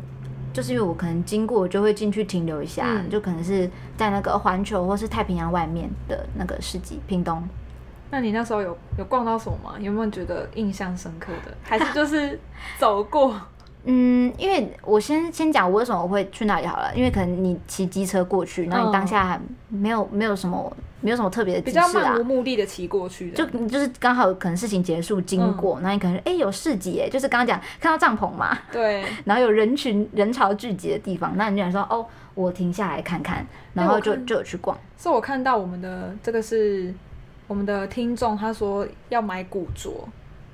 Speaker 1: 就是因为我可能经过，我就会进去停留一下，
Speaker 2: 嗯
Speaker 1: 就可能是在那个环球或是太平洋外面的那个市集，屏东。
Speaker 2: 那你那时候有有逛到什么吗？有没有觉得印象深刻的？还是就是 走过？
Speaker 1: 嗯，因为我先先讲我为什么我会去那里好了，因为可能你骑机车过去，然后你当下还没有、没有什么没有什么特别的
Speaker 2: 嗯比
Speaker 1: 指
Speaker 2: 较
Speaker 1: 示啊
Speaker 2: 漫无，目的的骑过去的，
Speaker 1: 就你就是刚好可能事情结束经
Speaker 2: 嗯
Speaker 1: 过，那、你可能哎、诶有市集哎，就是刚刚讲看到帐篷嘛，
Speaker 2: 对。
Speaker 1: 然后有人群人潮聚集的地方，那你就想说哦，我停下来看看，然
Speaker 2: 那我
Speaker 1: 后就
Speaker 2: 看
Speaker 1: 就有去逛，
Speaker 2: 所以我看到我们的这个是我们的听众，他说要买古着，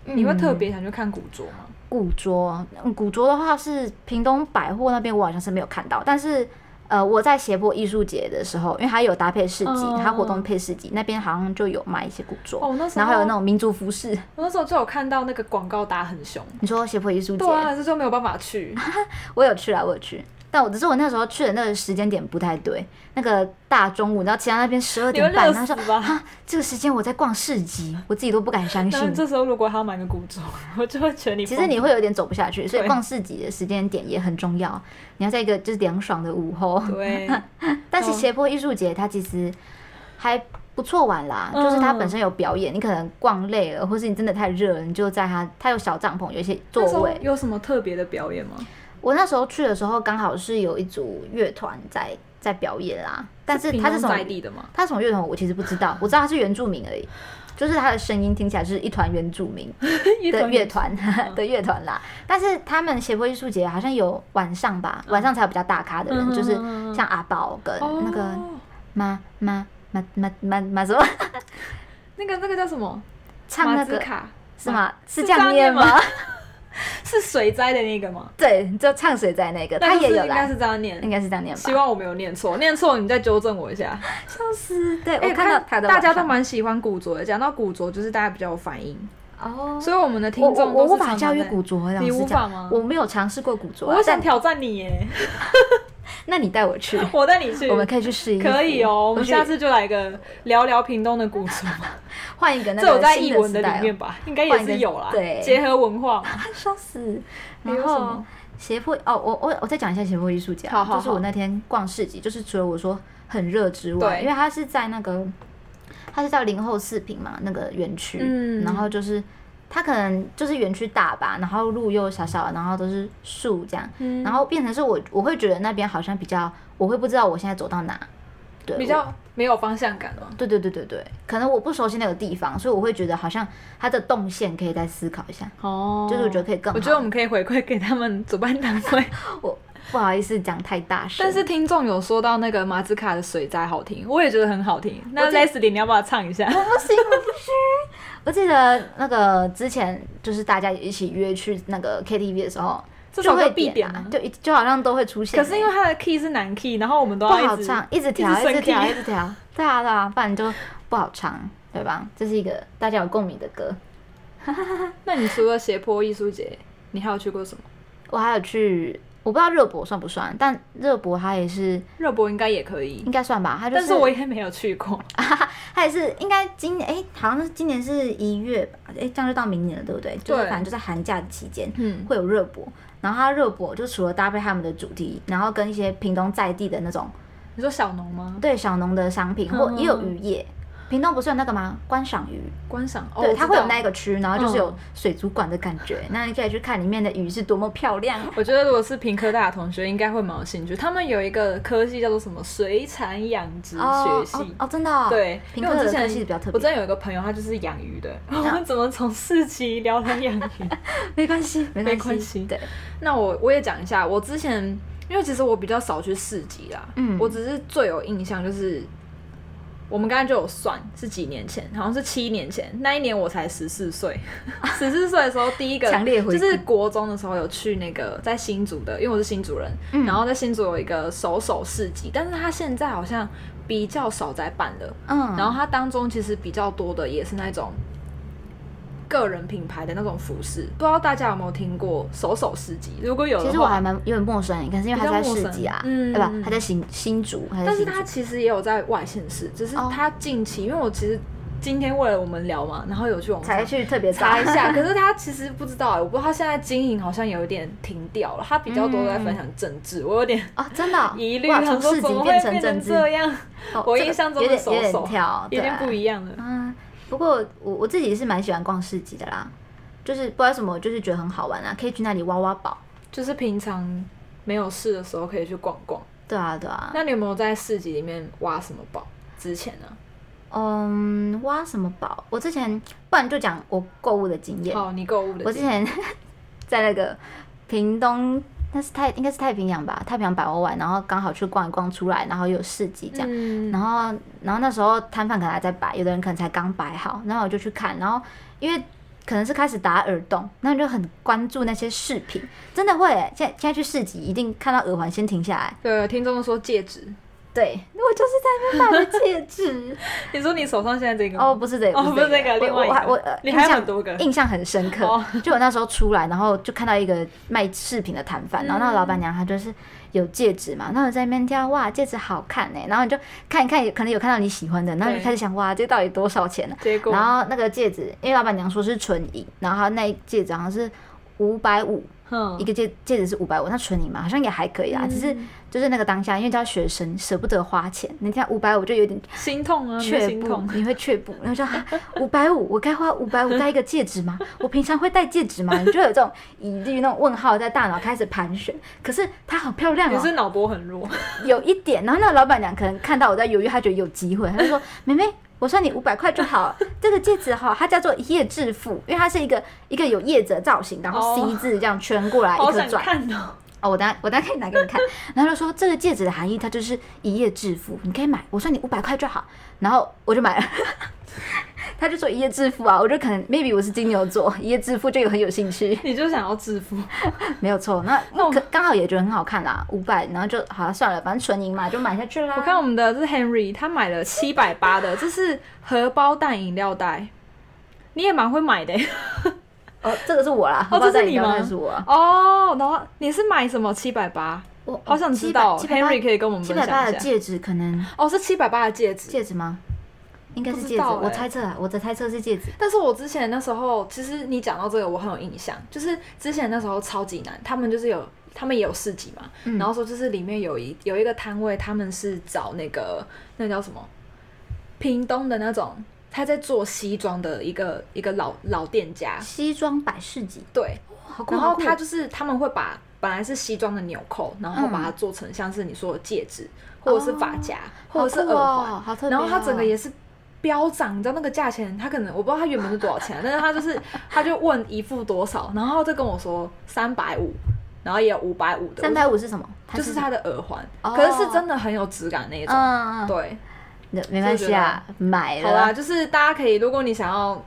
Speaker 2: 你会特
Speaker 1: 嗯
Speaker 2: 别想去看古着吗？
Speaker 1: 古着，嗯，古着的话是屏东百货那边，我好像是没有看到，但是呃，我在斜坡艺术节的时候，因为它有搭配市集，
Speaker 2: 嗯
Speaker 1: 它活动配市集，那边好像就有卖一些古着，
Speaker 2: 哦那时候
Speaker 1: 然后还有那种民族服饰。
Speaker 2: 我那时候就有看到那个广告打很凶，
Speaker 1: 你说斜坡艺术节，
Speaker 2: 对啊，这就没有办法去。
Speaker 1: 啊我有去啦，我有去，但我只是我那时候去的那个时间点不太对，那个大中午，你知道，其他那边十二
Speaker 2: 你会
Speaker 1: 点半，
Speaker 2: 热
Speaker 1: 他
Speaker 2: 死
Speaker 1: 说
Speaker 2: 吧
Speaker 1: 啊，这个时间我在逛市集，我自己都不敢相
Speaker 2: 但是
Speaker 1: 信。
Speaker 2: 这时候如果他要买个古着，我就会觉得你
Speaker 1: 其
Speaker 2: 疯
Speaker 1: 实你
Speaker 2: 了
Speaker 1: 会有点走不下去，所以
Speaker 2: 对
Speaker 1: 逛市集的时间点也很重要。你要在一个就是凉爽的午 后，
Speaker 2: 对，
Speaker 1: 但是
Speaker 2: 哦
Speaker 1: 斜坡艺术节它其实还不错玩啦，
Speaker 2: 嗯
Speaker 1: 就是它本身有表演，你可能逛累了，或是你真的太热了，你就在它它有小帐篷，有一些
Speaker 2: 那时
Speaker 1: 座
Speaker 2: 候
Speaker 1: 位。
Speaker 2: 有什么特别的表演吗？
Speaker 1: 我那时候去的时候刚好是有一组乐团在在表演啦，但是
Speaker 2: 屏
Speaker 1: 它是
Speaker 2: 东
Speaker 1: 什么
Speaker 2: 在地 的吗？
Speaker 1: 它是什么乐团我其实不知道，我知道它是原住民而已。就是它的声音听起来是一团原住民的乐团
Speaker 2: 嗯
Speaker 1: 的乐团啦，但是他们斜坡艺术节好像有晚上吧，晚上才有比较大咖的人，
Speaker 2: 嗯
Speaker 1: 就是
Speaker 2: 嗯嗯
Speaker 1: 像阿宝跟
Speaker 2: 哦
Speaker 1: 那个妈妈妈妈妈妈什么
Speaker 2: 那个那个叫什么？
Speaker 1: 唱那个
Speaker 2: 马兹卡
Speaker 1: 是吗？是
Speaker 2: 是
Speaker 1: 这样
Speaker 2: 这样
Speaker 1: 念
Speaker 2: 念
Speaker 1: 吗？
Speaker 2: 是水灾的那个吗？
Speaker 1: 对，就唱水在那个，
Speaker 2: 那
Speaker 1: 他
Speaker 2: 就是
Speaker 1: 也有
Speaker 2: 应该
Speaker 1: 来
Speaker 2: 是，这样念
Speaker 1: 应。该是这样念吧
Speaker 2: 希？望我没有念错，念错你再纠正我一下。
Speaker 1: 笑死！对
Speaker 2: 哎
Speaker 1: 我看到他的
Speaker 2: 大
Speaker 1: 网
Speaker 2: 家
Speaker 1: 上，
Speaker 2: 都蛮喜欢古着的，讲到古着就是大家比较有反应，
Speaker 1: 哦，
Speaker 2: 所以我们的听
Speaker 1: 我我
Speaker 2: 众
Speaker 1: 我
Speaker 2: 都
Speaker 1: 无
Speaker 2: 是
Speaker 1: 法
Speaker 2: 常
Speaker 1: 驾
Speaker 2: 常
Speaker 1: 驭
Speaker 2: 在
Speaker 1: 古着，老
Speaker 2: 你
Speaker 1: 实
Speaker 2: 无
Speaker 1: 讲
Speaker 2: 法吗
Speaker 1: 我没有尝试过古着啊
Speaker 2: 我，想
Speaker 1: 但
Speaker 2: 挑战你耶，
Speaker 1: 那你带我去，
Speaker 2: 我带你去，
Speaker 1: 我们可以去试一
Speaker 2: 可以哦，我
Speaker 1: 我
Speaker 2: 们
Speaker 1: 去
Speaker 2: 下次就来个聊聊屏东的古着，
Speaker 1: 换一个那
Speaker 2: 这有
Speaker 1: 个
Speaker 2: 在
Speaker 1: 新
Speaker 2: 译
Speaker 1: 的哦
Speaker 2: 文的
Speaker 1: style
Speaker 2: 里面 吧，应该也是有啦，
Speaker 1: 换一个对
Speaker 2: 结合文化 嘛。
Speaker 1: 笑死！
Speaker 2: 还有
Speaker 1: 然
Speaker 2: 什
Speaker 1: 后
Speaker 2: 么
Speaker 1: 斜坡哦，我我我再讲一下斜坡艺术节啊，
Speaker 2: 好好
Speaker 1: 就是我
Speaker 2: 好
Speaker 1: 那天逛市集，就是除了我说很热之外，
Speaker 2: 对
Speaker 1: 因为它是在那个它是在零后四平嘛那个园区，
Speaker 2: 嗯
Speaker 1: 然后就是。它可能就是园区大吧，然后路又小小的，然后都是树这样，
Speaker 2: 嗯
Speaker 1: 然后变成是我我会觉得那边好像比较，我会不知道我现在走到哪，对，
Speaker 2: 比
Speaker 1: 我
Speaker 2: 较没有方 向感了。
Speaker 1: 对对对对对，可能我不熟悉那个地方，所以我会觉得好像它的动线可以再思考一下。
Speaker 2: 哦
Speaker 1: 就是我觉得可以更好
Speaker 2: 我觉得我们可以回馈给他们主办单 位。
Speaker 1: 我不好意思讲太大声，
Speaker 2: 但是听众有说到那个马兹卡的《水灾》好听，我也觉得很好听。那 Leslie，你要不要唱 一下？
Speaker 1: 不行，我不行。我记得那个之前就是大家一起约去那个 KTV 的时候，
Speaker 2: 这
Speaker 1: 就
Speaker 2: 首
Speaker 1: 会
Speaker 2: 歌必
Speaker 1: 点
Speaker 2: 点
Speaker 1: 啊
Speaker 2: 吗，
Speaker 1: 就一就好像都会出现
Speaker 2: 可
Speaker 1: 欸。
Speaker 2: 是因为它的 key 是男 key，然后我们都
Speaker 1: 不
Speaker 2: 要一
Speaker 1: 好
Speaker 2: 直
Speaker 1: 唱，一直调，
Speaker 2: 一
Speaker 1: 一
Speaker 2: 直
Speaker 1: 直调，
Speaker 2: 升 key
Speaker 1: 一直调，对啊对啊，不然就不好唱，对吧？这是一个大家有共鸣的歌。
Speaker 2: 那你除了斜坡艺术节，你还有去过什么？
Speaker 1: 我还有去，我不知道热博算不算，但热博它也是
Speaker 2: 热播应该也可以
Speaker 1: 应，该算吧，它就
Speaker 2: 但是我也没有去过。
Speaker 1: 它也是应该今年哎、好像是今年是一月吧，哎、这样就到明年了，对不对？就是
Speaker 2: 对
Speaker 1: 反正就在寒假期间，
Speaker 2: 嗯
Speaker 1: 会有热播。然后它热播就除了搭配他们的主题，然后跟一些屏东在地的那种
Speaker 2: 你说小农吗？
Speaker 1: 对小农的商品，或
Speaker 2: 嗯
Speaker 1: 也有渔业。屏东不是有那个吗？观赏鱼，
Speaker 2: 观赏哦，
Speaker 1: 对，
Speaker 2: 我
Speaker 1: 它
Speaker 2: 知
Speaker 1: 会有
Speaker 2: 道
Speaker 1: 那一个区，然后就是有
Speaker 2: 嗯
Speaker 1: 水族馆的感觉。那你可以去看里面的鱼是多么漂亮。
Speaker 2: 我觉得如果是平科大的同学，应该会蛮有兴趣。他们有一个科系叫做什么水产养殖
Speaker 1: 哦
Speaker 2: 学系。
Speaker 1: 哦哦，真的、哦。
Speaker 2: 对，
Speaker 1: 屏
Speaker 2: 因为
Speaker 1: 科
Speaker 2: 我
Speaker 1: 的
Speaker 2: 之
Speaker 1: 科
Speaker 2: 前
Speaker 1: 系比较特
Speaker 2: 我
Speaker 1: 别。
Speaker 2: 之前有一个朋友，他就是养 鱼的。 我们怎么从市集聊到养鱼？
Speaker 1: 没关系，没
Speaker 2: 没
Speaker 1: 关
Speaker 2: 关
Speaker 1: 系。
Speaker 2: 系
Speaker 1: 对，
Speaker 2: 那我我也讲一下，我之前因为其实我比较少去市集啦，
Speaker 1: 嗯
Speaker 2: 我只是最有印象就是我们刚才就有算是几年前，好像是七年前，那一年我才十 四岁，十四岁的时候第一个
Speaker 1: 强烈回
Speaker 2: 就
Speaker 1: 顾
Speaker 2: 是国中的时候有去那个在新竹的，因为我是新竹人，
Speaker 1: 嗯
Speaker 2: 然后在新竹有一个手手市集，但是它现在好像比较少在办了，
Speaker 1: 嗯，
Speaker 2: 然后它当中其实比较多的也是那种个人品牌的那种服饰，不知道大家有没有听过手手市集？如果有的话，
Speaker 1: 其实我还蛮有点陌生，可是因为他在市集啊，
Speaker 2: 比较陌生嗯
Speaker 1: 对吧？他在新新竹，他在
Speaker 2: 但是
Speaker 1: 新竹
Speaker 2: 它其实也有在外县市，只是
Speaker 1: 哦
Speaker 2: 它近期，因为我其实今天为了我们聊嘛，然后有去网上
Speaker 1: 才去特别
Speaker 2: 查
Speaker 1: 查
Speaker 2: 一 下，可是他其实不知道，我不知道他现在经营好像有一点停掉了，他比较多在分享政治，我有点。
Speaker 1: 哦，真的哦
Speaker 2: 疑虑，
Speaker 1: 哇，
Speaker 2: 想
Speaker 1: 从
Speaker 2: 说
Speaker 1: 市
Speaker 2: 怎
Speaker 1: 集
Speaker 2: 么会
Speaker 1: 变
Speaker 2: 变
Speaker 1: 政
Speaker 2: 成
Speaker 1: 治，
Speaker 2: 这样？
Speaker 1: 哦
Speaker 2: 我
Speaker 1: 这个
Speaker 2: 印象中
Speaker 1: 有
Speaker 2: 的
Speaker 1: 点
Speaker 2: 手
Speaker 1: 有点
Speaker 2: 手
Speaker 1: 跳，
Speaker 2: 已
Speaker 1: 对
Speaker 2: 经
Speaker 1: 啊
Speaker 2: 不一样了。
Speaker 1: 嗯，不过我我自己是蛮喜欢逛市集的啦，就是不知道为什么，就是觉得很好玩啊，可以去那里挖挖宝。
Speaker 2: 就是平常没有事的时候可以去逛逛。
Speaker 1: 对啊，对啊，
Speaker 2: 那你有没有在市集里面挖什么宝？之前呢、
Speaker 1: 嗯，挖什么宝？我之前不然就讲我购物的经验。
Speaker 2: 好，你购物的
Speaker 1: 我之前 在那个屏东，那是太应该是太平洋吧，太平洋百货湾，然后刚好去逛一逛出来，然后有市集这样。
Speaker 2: 嗯，
Speaker 1: 然后，然后那时候摊贩可能还在摆，有的人可能才刚摆好，然后我就去看，然后因为可能是开始打耳洞，那你就很关注那些饰品，真的会、欸。现在现在去市集，一定看到耳环先停下来。
Speaker 2: 有有听众说戒指，
Speaker 1: 对，我就是在那边买的戒指。
Speaker 2: 你说你手上现在这个吗
Speaker 1: 哦，不是这个，
Speaker 2: 哦不是这个另
Speaker 1: 我
Speaker 2: 外一
Speaker 1: 我还
Speaker 2: 个
Speaker 1: 我呃
Speaker 2: 你
Speaker 1: 印
Speaker 2: 还有
Speaker 1: 象
Speaker 2: 很多个
Speaker 1: 印象很深刻。
Speaker 2: 哦
Speaker 1: 就我那时候出来，然后就看到一个卖饰品的摊
Speaker 2: 嗯
Speaker 1: 贩，然后那个老板娘她就是有戒指嘛，然后我在那边挑，哇，戒指好看呢、然后你就看一看，可能有看到你喜欢的，然后你
Speaker 2: 对
Speaker 1: 就开始想，哇，这到底多少钱呢、
Speaker 2: 结果
Speaker 1: 然后那个戒指，因为老板娘说是纯银，然后她那一戒指好像是五百五，
Speaker 2: 哼
Speaker 1: 一个戒戒指是五百五，那纯银嘛，好像也还可以啦，只是
Speaker 2: 哦嗯
Speaker 1: 就是那个当下，因为叫学生舍不得花钱，你看五百五就有点
Speaker 2: 心痛啊，你的
Speaker 1: 却
Speaker 2: 心
Speaker 1: 步
Speaker 2: 痛，，
Speaker 1: 你会却步，然后就啊 五百五，我该花五百五盖一个戒指吗？我平常会戴戒指吗？你就有这种疑虑，那种问号在大脑开始盘旋。可是它好漂亮
Speaker 2: 你
Speaker 1: 哦，
Speaker 2: 是脑波很弱，
Speaker 1: 有一点。然后那老板娘可能看到我在犹豫，她觉得有机会，她就说：“妹妹，我算你五百块就 好。这个戒指哈、它叫做一夜致富，因为它是一个一个有叶子的造型，然后
Speaker 2: 哦
Speaker 1: C 字这样圈过来，
Speaker 2: 好
Speaker 1: 一颗
Speaker 2: 想
Speaker 1: 转。
Speaker 2: 看哦，
Speaker 1: 哦，我等下我等下可以拿给你看。然后就说这个戒指的含义，它就是一夜致富，你可以买，我算你五百块就好。然后我就买了。 他就说一夜致富啊，我就可能 maybe 我是金牛座，一夜致富就有很有兴趣，
Speaker 2: 你就想要致富，
Speaker 1: 啊没有错。那
Speaker 2: 那我
Speaker 1: 可刚好也觉得很好看啦，五百，然后就好、算了，反正纯银嘛，就买下去啦。
Speaker 2: 我看我们的这是 Henry，他买了七百八的，这是荷包蛋饮料袋，你也蛮会 买的欸
Speaker 1: 哦，这个是我啦，
Speaker 2: 哦
Speaker 1: 荷
Speaker 2: 这是
Speaker 1: 包蛋
Speaker 2: 你
Speaker 1: 饮料
Speaker 2: 吗
Speaker 1: 那是我啊，
Speaker 2: 哦。然后你是买什么七百八？
Speaker 1: 我
Speaker 2: 好想知道，Henry 哦可以跟我们
Speaker 1: 七
Speaker 2: 分
Speaker 1: 百
Speaker 2: 享
Speaker 1: 八
Speaker 2: 一
Speaker 1: 的
Speaker 2: 下。
Speaker 1: 戒指可能
Speaker 2: 哦，是七百八的戒指。
Speaker 1: 戒指吗？应该
Speaker 2: 不
Speaker 1: 是
Speaker 2: 知
Speaker 1: 戒指，
Speaker 2: 道
Speaker 1: 我
Speaker 2: 欸
Speaker 1: 猜测啊，我的猜测是戒指。
Speaker 2: 但是我之前那时候，其实你讲到这个，我很有印象，就是之前那时候超级难，他们就是有。他们也有市集嘛，
Speaker 1: 嗯
Speaker 2: 然后说就是里面有一有一个摊位，他们是找那个那叫什么，屏东的那种，他在做西装的一个一个老老店家，
Speaker 1: 西装百事集，
Speaker 2: 对，
Speaker 1: 好酷
Speaker 2: 然
Speaker 1: 好
Speaker 2: 后
Speaker 1: 酷！
Speaker 2: 他就是他们会把本来是西装的纽扣，然后
Speaker 1: 嗯
Speaker 2: 把它做成像是你说的戒指，或者是发夹，
Speaker 1: 好
Speaker 2: 或者是
Speaker 1: 酷
Speaker 2: 耳
Speaker 1: 哦
Speaker 2: 环，
Speaker 1: 好特别、哦。
Speaker 2: 然后它整个也是飙涨，你知道那个价钱，他可能我不知道他原本是多少钱，但是他就是他就问一副多少，然后他就跟我说三百五，然后也有五百五的，
Speaker 1: 三百五是什么？
Speaker 2: 我就是
Speaker 1: 它
Speaker 2: 他的耳环，
Speaker 1: 哦
Speaker 2: 可是是真的很有质感那一
Speaker 1: 是，
Speaker 2: 种，
Speaker 1: 嗯嗯，
Speaker 2: 对，
Speaker 1: 嗯没关系啊，买
Speaker 2: 好啦，
Speaker 1: 了。
Speaker 2: 就是大家可以，如果你想要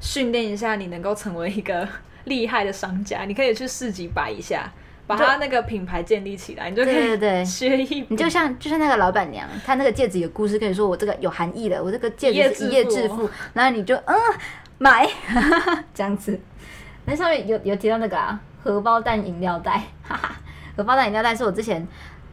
Speaker 2: 训练一下，你能够成为一个厉害的商家，你可以去市集摆一下，把它那个品牌建立起来，你就可
Speaker 1: 对对
Speaker 2: 以
Speaker 1: 对
Speaker 2: 学一
Speaker 1: 你就像就像那个老板娘，她那个戒指有故事跟你说，我这个有含义的，我这个戒指是一
Speaker 2: 一夜
Speaker 1: 夜致
Speaker 2: 致富
Speaker 1: 富，然后你就嗯买 这样子。那上面有有提到那个啊，荷包蛋饮料袋，哈哈，荷包蛋饮料袋是我之前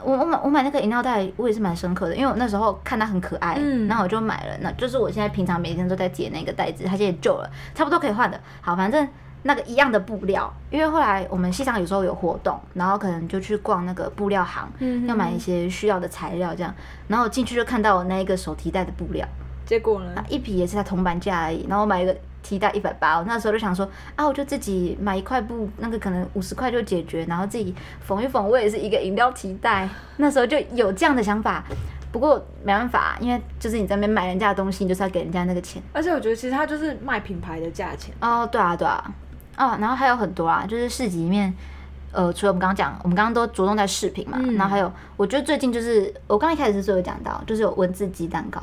Speaker 1: 我我买我买那个饮料袋，我也是蛮深刻的，因为我那时候看它很可爱，
Speaker 2: 嗯
Speaker 1: 然后我就买了，那就是我现在平常每天都在叠那个袋子，它现在旧了，差不多可以换的。好，反正那个一样的布料，因为后来我们西厂有时候有活动，然后可能就去逛那个布料行，
Speaker 2: 嗯
Speaker 1: 要买一些需要的材料这样，然后我进去就看到我那一个手提袋的布料，啊
Speaker 2: 结果呢？
Speaker 1: 一匹也是在铜板价而已，然后我买一个提袋一百八，我那时候就想说啊，我就自己买一块布，那个可能五十块就解决，然后自己缝一缝，我也是一个饮料提袋，那时候就有这样的想法。不过没办法，因为就是你在那边买人家的东西，你就是要给人家那个钱。
Speaker 2: 而且我觉得其实它就是卖品牌的价钱，
Speaker 1: 哦，对啊，对啊，哦，然后还有很多啊，就是市集里面，呃，除了我们刚刚讲，我们刚刚都着重在饰品嘛，
Speaker 2: 嗯
Speaker 1: 然后还有，我觉得最近就是我刚一开始是不是有讲到，就是有文字鸡蛋糕，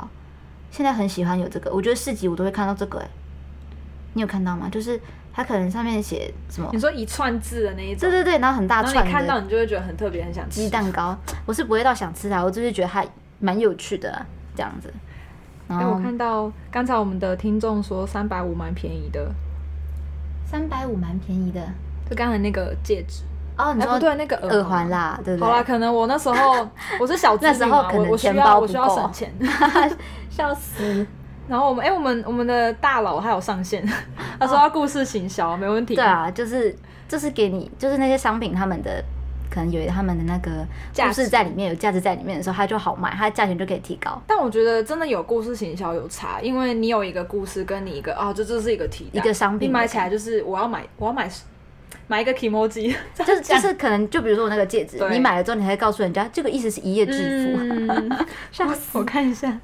Speaker 1: 现在很喜欢有这个，我觉得市集我都会看到这个、欸，你有看到吗？就是它可能上面写什么
Speaker 2: 你，说一串字的那一种
Speaker 1: 对，对对，然后很大
Speaker 2: 然后
Speaker 1: 串
Speaker 2: 你嗯看
Speaker 1: 的
Speaker 2: 到你就会觉得很特别，很想吃
Speaker 1: 鸡。蛋糕，我是不会到想吃它，我就是觉得它蛮有趣的啊、这样子。然
Speaker 2: 哎、
Speaker 1: 后
Speaker 2: 我看到刚才我们的听众说三百五蛮便宜的，
Speaker 1: 三百五蛮便宜的
Speaker 2: 就刚才那个戒指，
Speaker 1: 哦，你
Speaker 2: 哎、
Speaker 1: 说、
Speaker 2: 不对，那个耳
Speaker 1: 耳环。啦，对不对？
Speaker 2: 好啦，可能我那时 候我是小资
Speaker 1: 那时
Speaker 2: 女
Speaker 1: 候
Speaker 2: 嘛
Speaker 1: 可
Speaker 2: 我
Speaker 1: 能
Speaker 2: 我
Speaker 1: 钱
Speaker 2: 需要
Speaker 1: 包
Speaker 2: 我
Speaker 1: 不
Speaker 2: 需要
Speaker 1: 够
Speaker 2: 省钱。
Speaker 1: 笑死。
Speaker 2: 然后我们哎、我们我们的大佬还有上线， 他说要故事行销，没问题。
Speaker 1: 对， 啊，就是就是给你，就是那些商品他们的可能有他们的那个
Speaker 2: 价
Speaker 1: 故事
Speaker 2: 值
Speaker 1: 在里面，有价值在里面的时候，它就好卖，它的价钱就可以提高。
Speaker 2: 但我觉得真的有故事行销有差，因为你有一个故事跟你一个啊，这这是一个提
Speaker 1: 一个商品
Speaker 2: 你买起来就是我要买我要买买一个 emoji，这
Speaker 1: 就
Speaker 2: 样
Speaker 1: 是就是可能就比如说我那个戒指，
Speaker 2: 对
Speaker 1: 你买了之后，你还告诉人家这个意思是一夜致富，
Speaker 2: 嗯，
Speaker 1: 笑死
Speaker 2: 我看一下。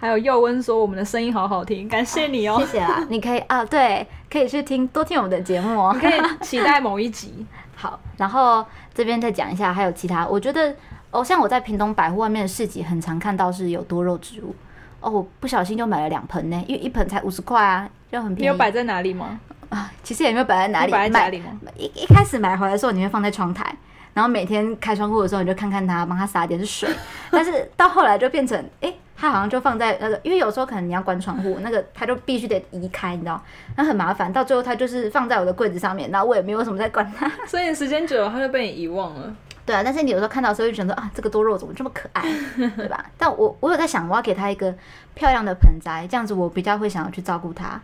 Speaker 2: 还有佑温说我们的声音好好听，感谢你哦
Speaker 1: 谢。谢啦，你可以啊，对，可以去听多听我们的节目哦
Speaker 2: 你。可以期待某一 集，
Speaker 1: 好，然后这边再讲一下，还有其他，我觉得哦，像我在屏东百货外面的市集，很常看到是有多肉植物。哦，我不小心就买了两盆呢，因为一盆才五十块啊，就很
Speaker 2: 你
Speaker 1: 便
Speaker 2: 有
Speaker 1: 宜。
Speaker 2: 摆在哪里吗？
Speaker 1: 啊，其实也没有摆在哪
Speaker 2: 你
Speaker 1: 里，
Speaker 2: 摆在
Speaker 1: 买
Speaker 2: 家里吗？
Speaker 1: 一一开始买回来的时候，你会放在窗台，然后每天开窗户的时候，你就看看它，帮它洒点 水。但是到后来就变成，诶，它好像就放在那个，因为有时候可能你要关窗户，那个它就必须得移开，你知道，那很麻烦。到最后它就是放在我的柜子上面，然后我也没有什么在管 它。
Speaker 2: 所以时间久了，它就被你遗忘了。
Speaker 1: 对啊，但是你有时候看到的时候就觉得啊，这个多肉怎么这么可 爱，对吧？但我我有在想，我要给它一个漂亮的盆栽，这样子我比较会想要去照顾它，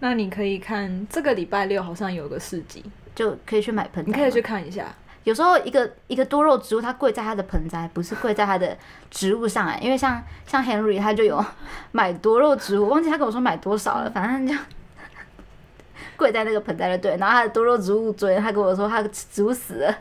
Speaker 2: 那你可以看这个礼拜六好像有个市集，
Speaker 1: 就可以去买盆栽
Speaker 2: 你
Speaker 1: 嘛。
Speaker 2: 可以去看一下。
Speaker 1: 有时候一个一个多肉植物，它贵在它的盆栽，不是贵在它的植物上来。哎因为像像 Henry 他就有买多肉植物，忘记他跟我说买多少了，反正就贵在那个盆栽就对。然后他的多肉植物昨天他跟我说他的植物死了，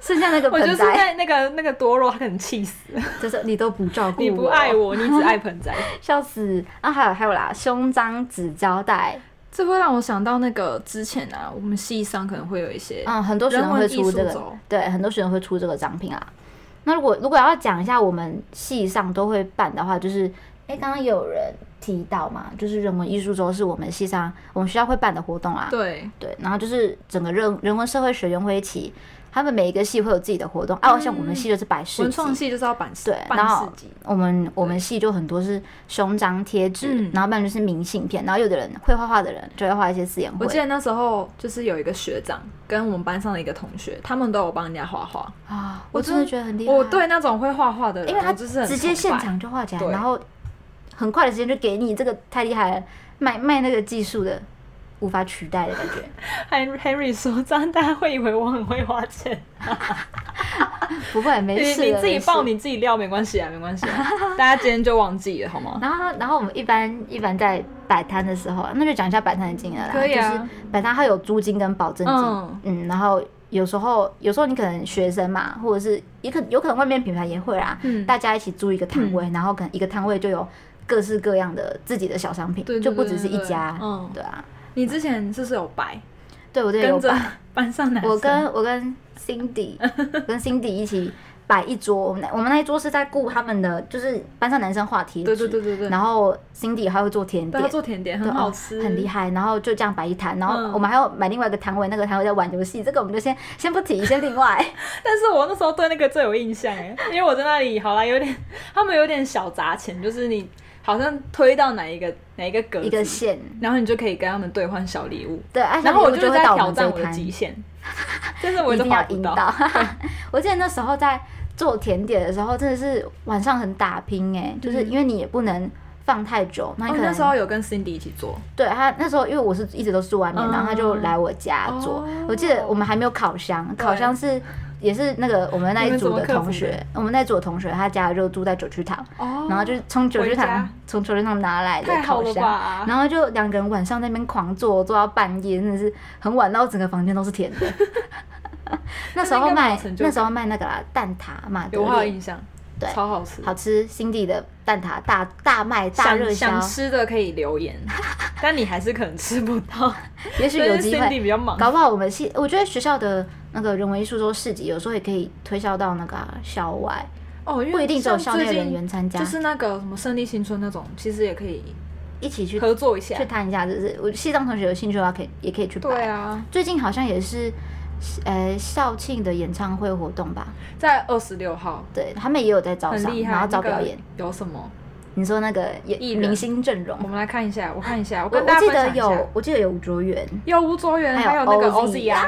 Speaker 1: 剩下那个
Speaker 2: 我就
Speaker 1: 盆
Speaker 2: 是
Speaker 1: 栽
Speaker 2: 在那个那个多肉，他可能气 死了。
Speaker 1: 就是你都不照顾
Speaker 2: 你不爱，我，你只爱盆栽。
Speaker 1: 笑死啊！还有还有啦，胸章、纸胶带，
Speaker 2: 这会让我想到那个之前啊，我们系上可能会有一些
Speaker 1: 嗯，很多学
Speaker 2: 人
Speaker 1: 生
Speaker 2: 文
Speaker 1: 会
Speaker 2: 艺
Speaker 1: 出
Speaker 2: 术
Speaker 1: 这个
Speaker 2: 周，
Speaker 1: 对，很多学生会出这个奖品啊。那如果如果要讲一下我们系上都会办的话，就是，哎，刚刚有人提到嘛，就是人文艺术周是我们系上我们学校会办的活动啊。
Speaker 2: 对，
Speaker 1: 对，然后就是整个人人文社会学员会一起，他们每一个系会有自己的活动啊，像我们系就是摆市集，
Speaker 2: 嗯文创系就是要办市
Speaker 1: 对然
Speaker 2: 办
Speaker 1: 后
Speaker 2: 市集，
Speaker 1: 我们我们系就很多是胸章、贴纸，
Speaker 2: 嗯
Speaker 1: 然后不然就是明信片，然后有的人会画画的人就会画一些字眼绘
Speaker 2: 我记得那时候就是有一个学长跟我们班上的一个同学，他们都有帮人家画画。
Speaker 1: 啊，
Speaker 2: 我
Speaker 1: 我真的
Speaker 2: 真
Speaker 1: 觉得很厉害。
Speaker 2: 我对那种会画画的人，
Speaker 1: 因为他
Speaker 2: 我就是很
Speaker 1: 直接
Speaker 2: 崇
Speaker 1: 现
Speaker 2: 拜
Speaker 1: 场就画起来，
Speaker 2: 对
Speaker 1: 然后很快的时间就给你，这个太厉害了，卖卖那个技术的无法取代的感觉。
Speaker 2: Henry Henry 说：“这样大家会以为我很会花钱。
Speaker 1: 不会，
Speaker 2: 你
Speaker 1: 没事的
Speaker 2: 你自己
Speaker 1: 没事
Speaker 2: 爆，你自己料没关系啊，没关系、 啊。大家今天就忘记了好吗？
Speaker 1: 然后，然后我们一般一般在摆摊的时候，啊那就讲一下摆摊的金额啦。
Speaker 2: 可以啊
Speaker 1: 就是摆摊它有租金跟保证金，
Speaker 2: 嗯
Speaker 1: 嗯然后有时候有时候你可能学生嘛，或者是也可有可能外面品牌也会啦，
Speaker 2: 嗯
Speaker 1: 大家一起租一个摊位，然后可能一个摊位就有各式各样的自己的小商品，
Speaker 2: 对对
Speaker 1: 就不只是
Speaker 2: 对
Speaker 1: 一
Speaker 2: 对
Speaker 1: 家，
Speaker 2: 嗯
Speaker 1: 对啊，
Speaker 2: 你之前是不是有白
Speaker 1: 对我这里有
Speaker 2: 跟着
Speaker 1: 摆。
Speaker 2: 班上男 生？
Speaker 1: 我跟我跟 Cindy 跟 Cindy 一起摆一桌，我们那我们那一桌是在顾他们的，就是班上男生话题。
Speaker 2: 对对对对对，
Speaker 1: 然后 Cindy 还会做甜
Speaker 2: 对
Speaker 1: 点
Speaker 2: 他，做甜点
Speaker 1: 对
Speaker 2: 很好吃，
Speaker 1: 哦很厉。害。然后就这样摆一摊，然后
Speaker 2: 嗯
Speaker 1: 我们还有买另外一个摊位，那个摊位在玩游戏，这个我们就先先不提，先另外。
Speaker 2: 但是我那时候对那个最有印象哎，因为我在那里好啦，有点他们有点小砸钱，就是你好像推到哪一个哪一个格子，
Speaker 1: 一个 线。
Speaker 2: 然后你就可以跟他们兑换小礼物。
Speaker 1: 对，啊
Speaker 2: 然后我
Speaker 1: 小礼物
Speaker 2: 就是
Speaker 1: 就
Speaker 2: 在
Speaker 1: 会到
Speaker 2: 挑
Speaker 1: 我
Speaker 2: 战
Speaker 1: 们
Speaker 2: 我
Speaker 1: 这一
Speaker 2: 的
Speaker 1: 摊
Speaker 2: 极，限，但是我
Speaker 1: 一
Speaker 2: 就
Speaker 1: 定要
Speaker 2: 划不
Speaker 1: 引
Speaker 2: 到。哦
Speaker 1: 导。 我记得那时候在做甜点的时候，真的是晚上很打拼哎、就是因为你也不能放太久，那你
Speaker 2: 嗯哦，
Speaker 1: 可能、
Speaker 2: 那时候有跟 Cindy 一起做，
Speaker 1: 对他那时候，因为我是一直都住外面，
Speaker 2: 嗯
Speaker 1: 然后他就来我家做。
Speaker 2: 哦
Speaker 1: 我记得我们还没有烤箱，烤箱是也是那个我们那一组的同
Speaker 2: 你们怎么克服
Speaker 1: 学，我们那一组的同学他家就住在九曲堂，
Speaker 2: 哦
Speaker 1: 然后就是从九曲
Speaker 2: 回家
Speaker 1: 堂从九曲堂拿来的
Speaker 2: 太好
Speaker 1: 烤
Speaker 2: 了
Speaker 1: 箱。
Speaker 2: 吧？
Speaker 1: 然后就两个人晚上在那边狂做，做到半夜，真的是很晚，然后整个房间都是甜的。 那时候
Speaker 2: 那应该蛮
Speaker 1: 卖
Speaker 2: 有成就感
Speaker 1: 那时候卖那个啦蛋挞玛
Speaker 2: 有我
Speaker 1: 德
Speaker 2: 有啊
Speaker 1: 莲，
Speaker 2: 印象，
Speaker 1: 对
Speaker 2: 超好吃。
Speaker 1: 好吃辛迪的蛋挞大大卖大热
Speaker 2: 想
Speaker 1: 销
Speaker 2: 想，吃的可以 留言，但你还是可能吃不到，
Speaker 1: 也许
Speaker 2: 但
Speaker 1: 有
Speaker 2: 是
Speaker 1: 机
Speaker 2: Cindy
Speaker 1: 会。
Speaker 2: 比较忙。
Speaker 1: 搞不好我们系，我觉得学校的那个人文艺术周市集，有时候也可以推销到那个啊校外，
Speaker 2: 哦，因为
Speaker 1: 不一定只有校
Speaker 2: 像
Speaker 1: 内
Speaker 2: 最
Speaker 1: 人员
Speaker 2: 近
Speaker 1: 参加，
Speaker 2: 就是那个什么胜利新村那种，其实也可以
Speaker 1: 一起去
Speaker 2: 合作一下
Speaker 1: 去。谈一下，就是我西藏同学有兴趣的话，可以也可以去摆。
Speaker 2: 啊对啊，
Speaker 1: 最近好像也是，呃，校庆的演唱会活动吧？
Speaker 2: 在二十六号，
Speaker 1: 对他们也有在招
Speaker 2: 很
Speaker 1: 商，
Speaker 2: 厉害。
Speaker 1: 然后招
Speaker 2: 那个
Speaker 1: 表演。
Speaker 2: 有什么？
Speaker 1: 你说那个也
Speaker 2: 艺人
Speaker 1: 明星阵容
Speaker 2: 我，们来看一下，我看一下，我
Speaker 1: 我
Speaker 2: 跟大
Speaker 1: 我
Speaker 2: 家
Speaker 1: 记
Speaker 2: 分
Speaker 1: 得
Speaker 2: 享一下嗯
Speaker 1: 有，我记得有吴卓源，
Speaker 2: 有吴卓源，
Speaker 1: 还
Speaker 2: 还
Speaker 1: 有
Speaker 2: 有那个
Speaker 1: Ozzy
Speaker 2: OZ 啊，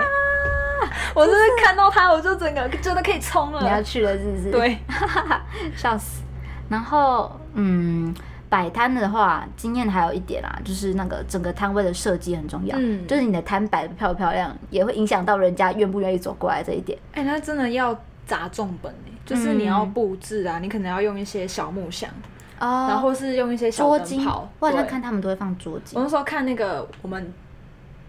Speaker 2: 我真的看到他，我就整个觉得可以冲
Speaker 1: 你要
Speaker 2: 了。
Speaker 1: 去了是不是？
Speaker 2: 对，啊
Speaker 1: 笑死。然后，嗯，摆摊的话，经验还有一点啦，就是那个整个摊位的设计很重要，
Speaker 2: 嗯
Speaker 1: 就是你的摊摆的漂不漂亮，也会影响到人家愿不愿意走过来这一点。
Speaker 2: 哎、那真的要砸重本哎、就是你要布置啊，你可能要用一些小木箱，
Speaker 1: 哦
Speaker 2: 然后是用一些小
Speaker 1: 桌
Speaker 2: 灯
Speaker 1: 巾，
Speaker 2: 泡。
Speaker 1: 我好
Speaker 2: 对
Speaker 1: 像看他们都会放桌
Speaker 2: 我
Speaker 1: 巾，
Speaker 2: 那时候看那个我们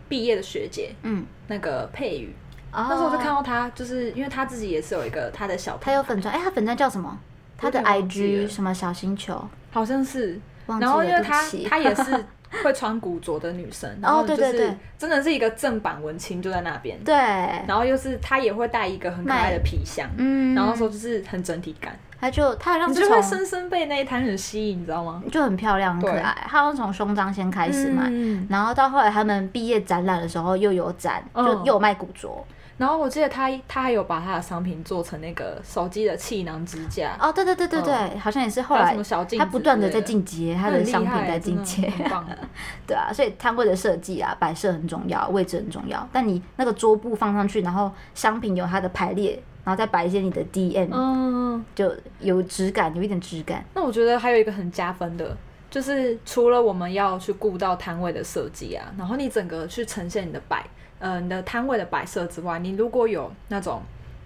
Speaker 2: 毕业的学姐，
Speaker 1: 嗯，
Speaker 2: 那个佩宇，
Speaker 1: 那
Speaker 2: 那时候我就看到她，就是因为她自己也是有一个她的小，
Speaker 1: 他有 粉砖，哎，他粉砖叫什么？他的
Speaker 2: 我有点忘记
Speaker 1: IG
Speaker 2: 了
Speaker 1: 什么小星球，
Speaker 2: 好像是，
Speaker 1: 忘记
Speaker 2: 然后
Speaker 1: 了，
Speaker 2: 因为
Speaker 1: 对不
Speaker 2: 她
Speaker 1: 起。
Speaker 2: 她也 是会穿古着的女生，然后
Speaker 1: 对
Speaker 2: 就
Speaker 1: 对
Speaker 2: 是
Speaker 1: 对
Speaker 2: 真的是一个正版文青就在那边，
Speaker 1: 对，
Speaker 2: 然后又是她也会带一个很可爱的皮箱，
Speaker 1: 嗯，
Speaker 2: 然后那时候就是很整体感，
Speaker 1: 她就她好像
Speaker 2: 你
Speaker 1: 是
Speaker 2: 就会
Speaker 1: 从
Speaker 2: 深深被那一滩水吸引，你知道吗？
Speaker 1: 就很漂亮、很可
Speaker 2: 对
Speaker 1: 爱，她好像从胸章先开始卖，
Speaker 2: 嗯
Speaker 1: 然后到后来他们毕业展览的时候又有展，就
Speaker 2: 嗯
Speaker 1: 又有卖古着。
Speaker 2: 然后我记得他他还有把他的商品做成那个手机的气囊支架，
Speaker 1: 哦，对对对对对，好像也是后
Speaker 2: 嗯还有
Speaker 1: 来
Speaker 2: 什么小镜子
Speaker 1: 他不断的
Speaker 2: 之
Speaker 1: 在
Speaker 2: 类的
Speaker 1: 进阶，他
Speaker 2: 他
Speaker 1: 的商品在进阶，
Speaker 2: 很棒。 嗯
Speaker 1: 对啊，所以摊位的设计啊，摆设很重要，位置很重要。但你那个桌布放上去，然后商品有它的排列，然后再摆一些你的 DM，、
Speaker 2: 嗯，
Speaker 1: 就有质感，有一点质感。
Speaker 2: 那我觉得还有一个很加分的，就是除了我们要去顾到摊位的设计啊，然后你整个去呈现你的摆，呃，你的摊位的摆设之外，你如果有那种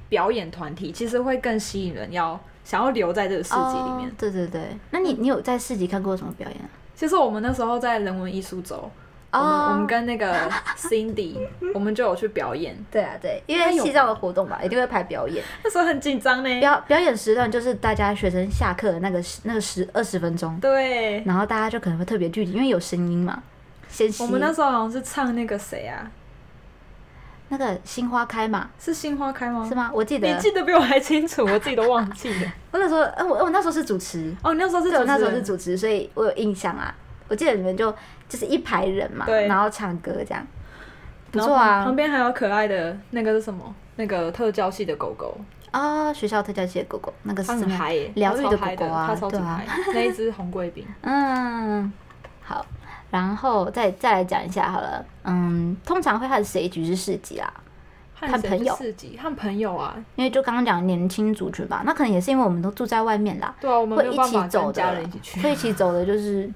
Speaker 2: 表演团体，其实会更吸引人要想要留在这个市集里面。
Speaker 1: 哦对对对。那你你有在市集看过什么表演啊？
Speaker 2: 其实我们那时候在人文艺术周，我们、
Speaker 1: 哦
Speaker 2: 我们跟那个 Cindy，我们就有去表演，
Speaker 1: 对啊对，因为
Speaker 2: 有
Speaker 1: 西藏的活动嘛，一定会排表演。
Speaker 2: 那时候很紧张呢。
Speaker 1: 表表演时段就是大家学生下课的那个十那个十二十分钟，
Speaker 2: 对，
Speaker 1: 然后大家就可能会特别聚集，因为有声音嘛。先吸
Speaker 2: 我们那时候好像是唱那个谁啊？
Speaker 1: 那个新花开嘛，
Speaker 2: 是杏花开吗？
Speaker 1: 是？吗？我记得
Speaker 2: 哦你记得比我还清楚，我自己都忘记了。
Speaker 1: 我那时候，呃，我我那时候是主持，
Speaker 2: 哦，你那时候是
Speaker 1: 对，我
Speaker 2: 主
Speaker 1: 那
Speaker 2: 持
Speaker 1: 时候是
Speaker 2: 人，
Speaker 1: 主持，所以我有印象啊。我记得你们就就是一排人嘛，
Speaker 2: 对
Speaker 1: 然后唱歌这样，不
Speaker 2: 然后
Speaker 1: 错
Speaker 2: 旁
Speaker 1: 啊
Speaker 2: 旁。边还有可爱的那个是什么？那个特教系的狗狗，
Speaker 1: 哦，学校特教系的狗狗，那个是
Speaker 2: 它
Speaker 1: 什
Speaker 2: 很
Speaker 1: 么？
Speaker 2: 嗨耶，
Speaker 1: 疗愈
Speaker 2: 它
Speaker 1: 的狗
Speaker 2: 超嗨
Speaker 1: 狗
Speaker 2: 的，
Speaker 1: 啊
Speaker 2: 它超级
Speaker 1: 对啊
Speaker 2: 嗨。那一只红贵 宾，
Speaker 1: 嗯，好，然后再再来讲一下好了。嗯，通常会和谁局是市集啊啦？
Speaker 2: 和
Speaker 1: 看
Speaker 2: 谁
Speaker 1: 朋
Speaker 2: 去
Speaker 1: 友
Speaker 2: 市集，和朋友啊，
Speaker 1: 因为就刚刚讲年轻族群吧，那可能也是因为我们都住在外面啦，
Speaker 2: 对啊，我们没
Speaker 1: 会
Speaker 2: 有
Speaker 1: 一
Speaker 2: 办
Speaker 1: 起
Speaker 2: 法
Speaker 1: 走
Speaker 2: 跟
Speaker 1: 的
Speaker 2: 家
Speaker 1: 啦
Speaker 2: 人一起，去，
Speaker 1: 会一起走的 就是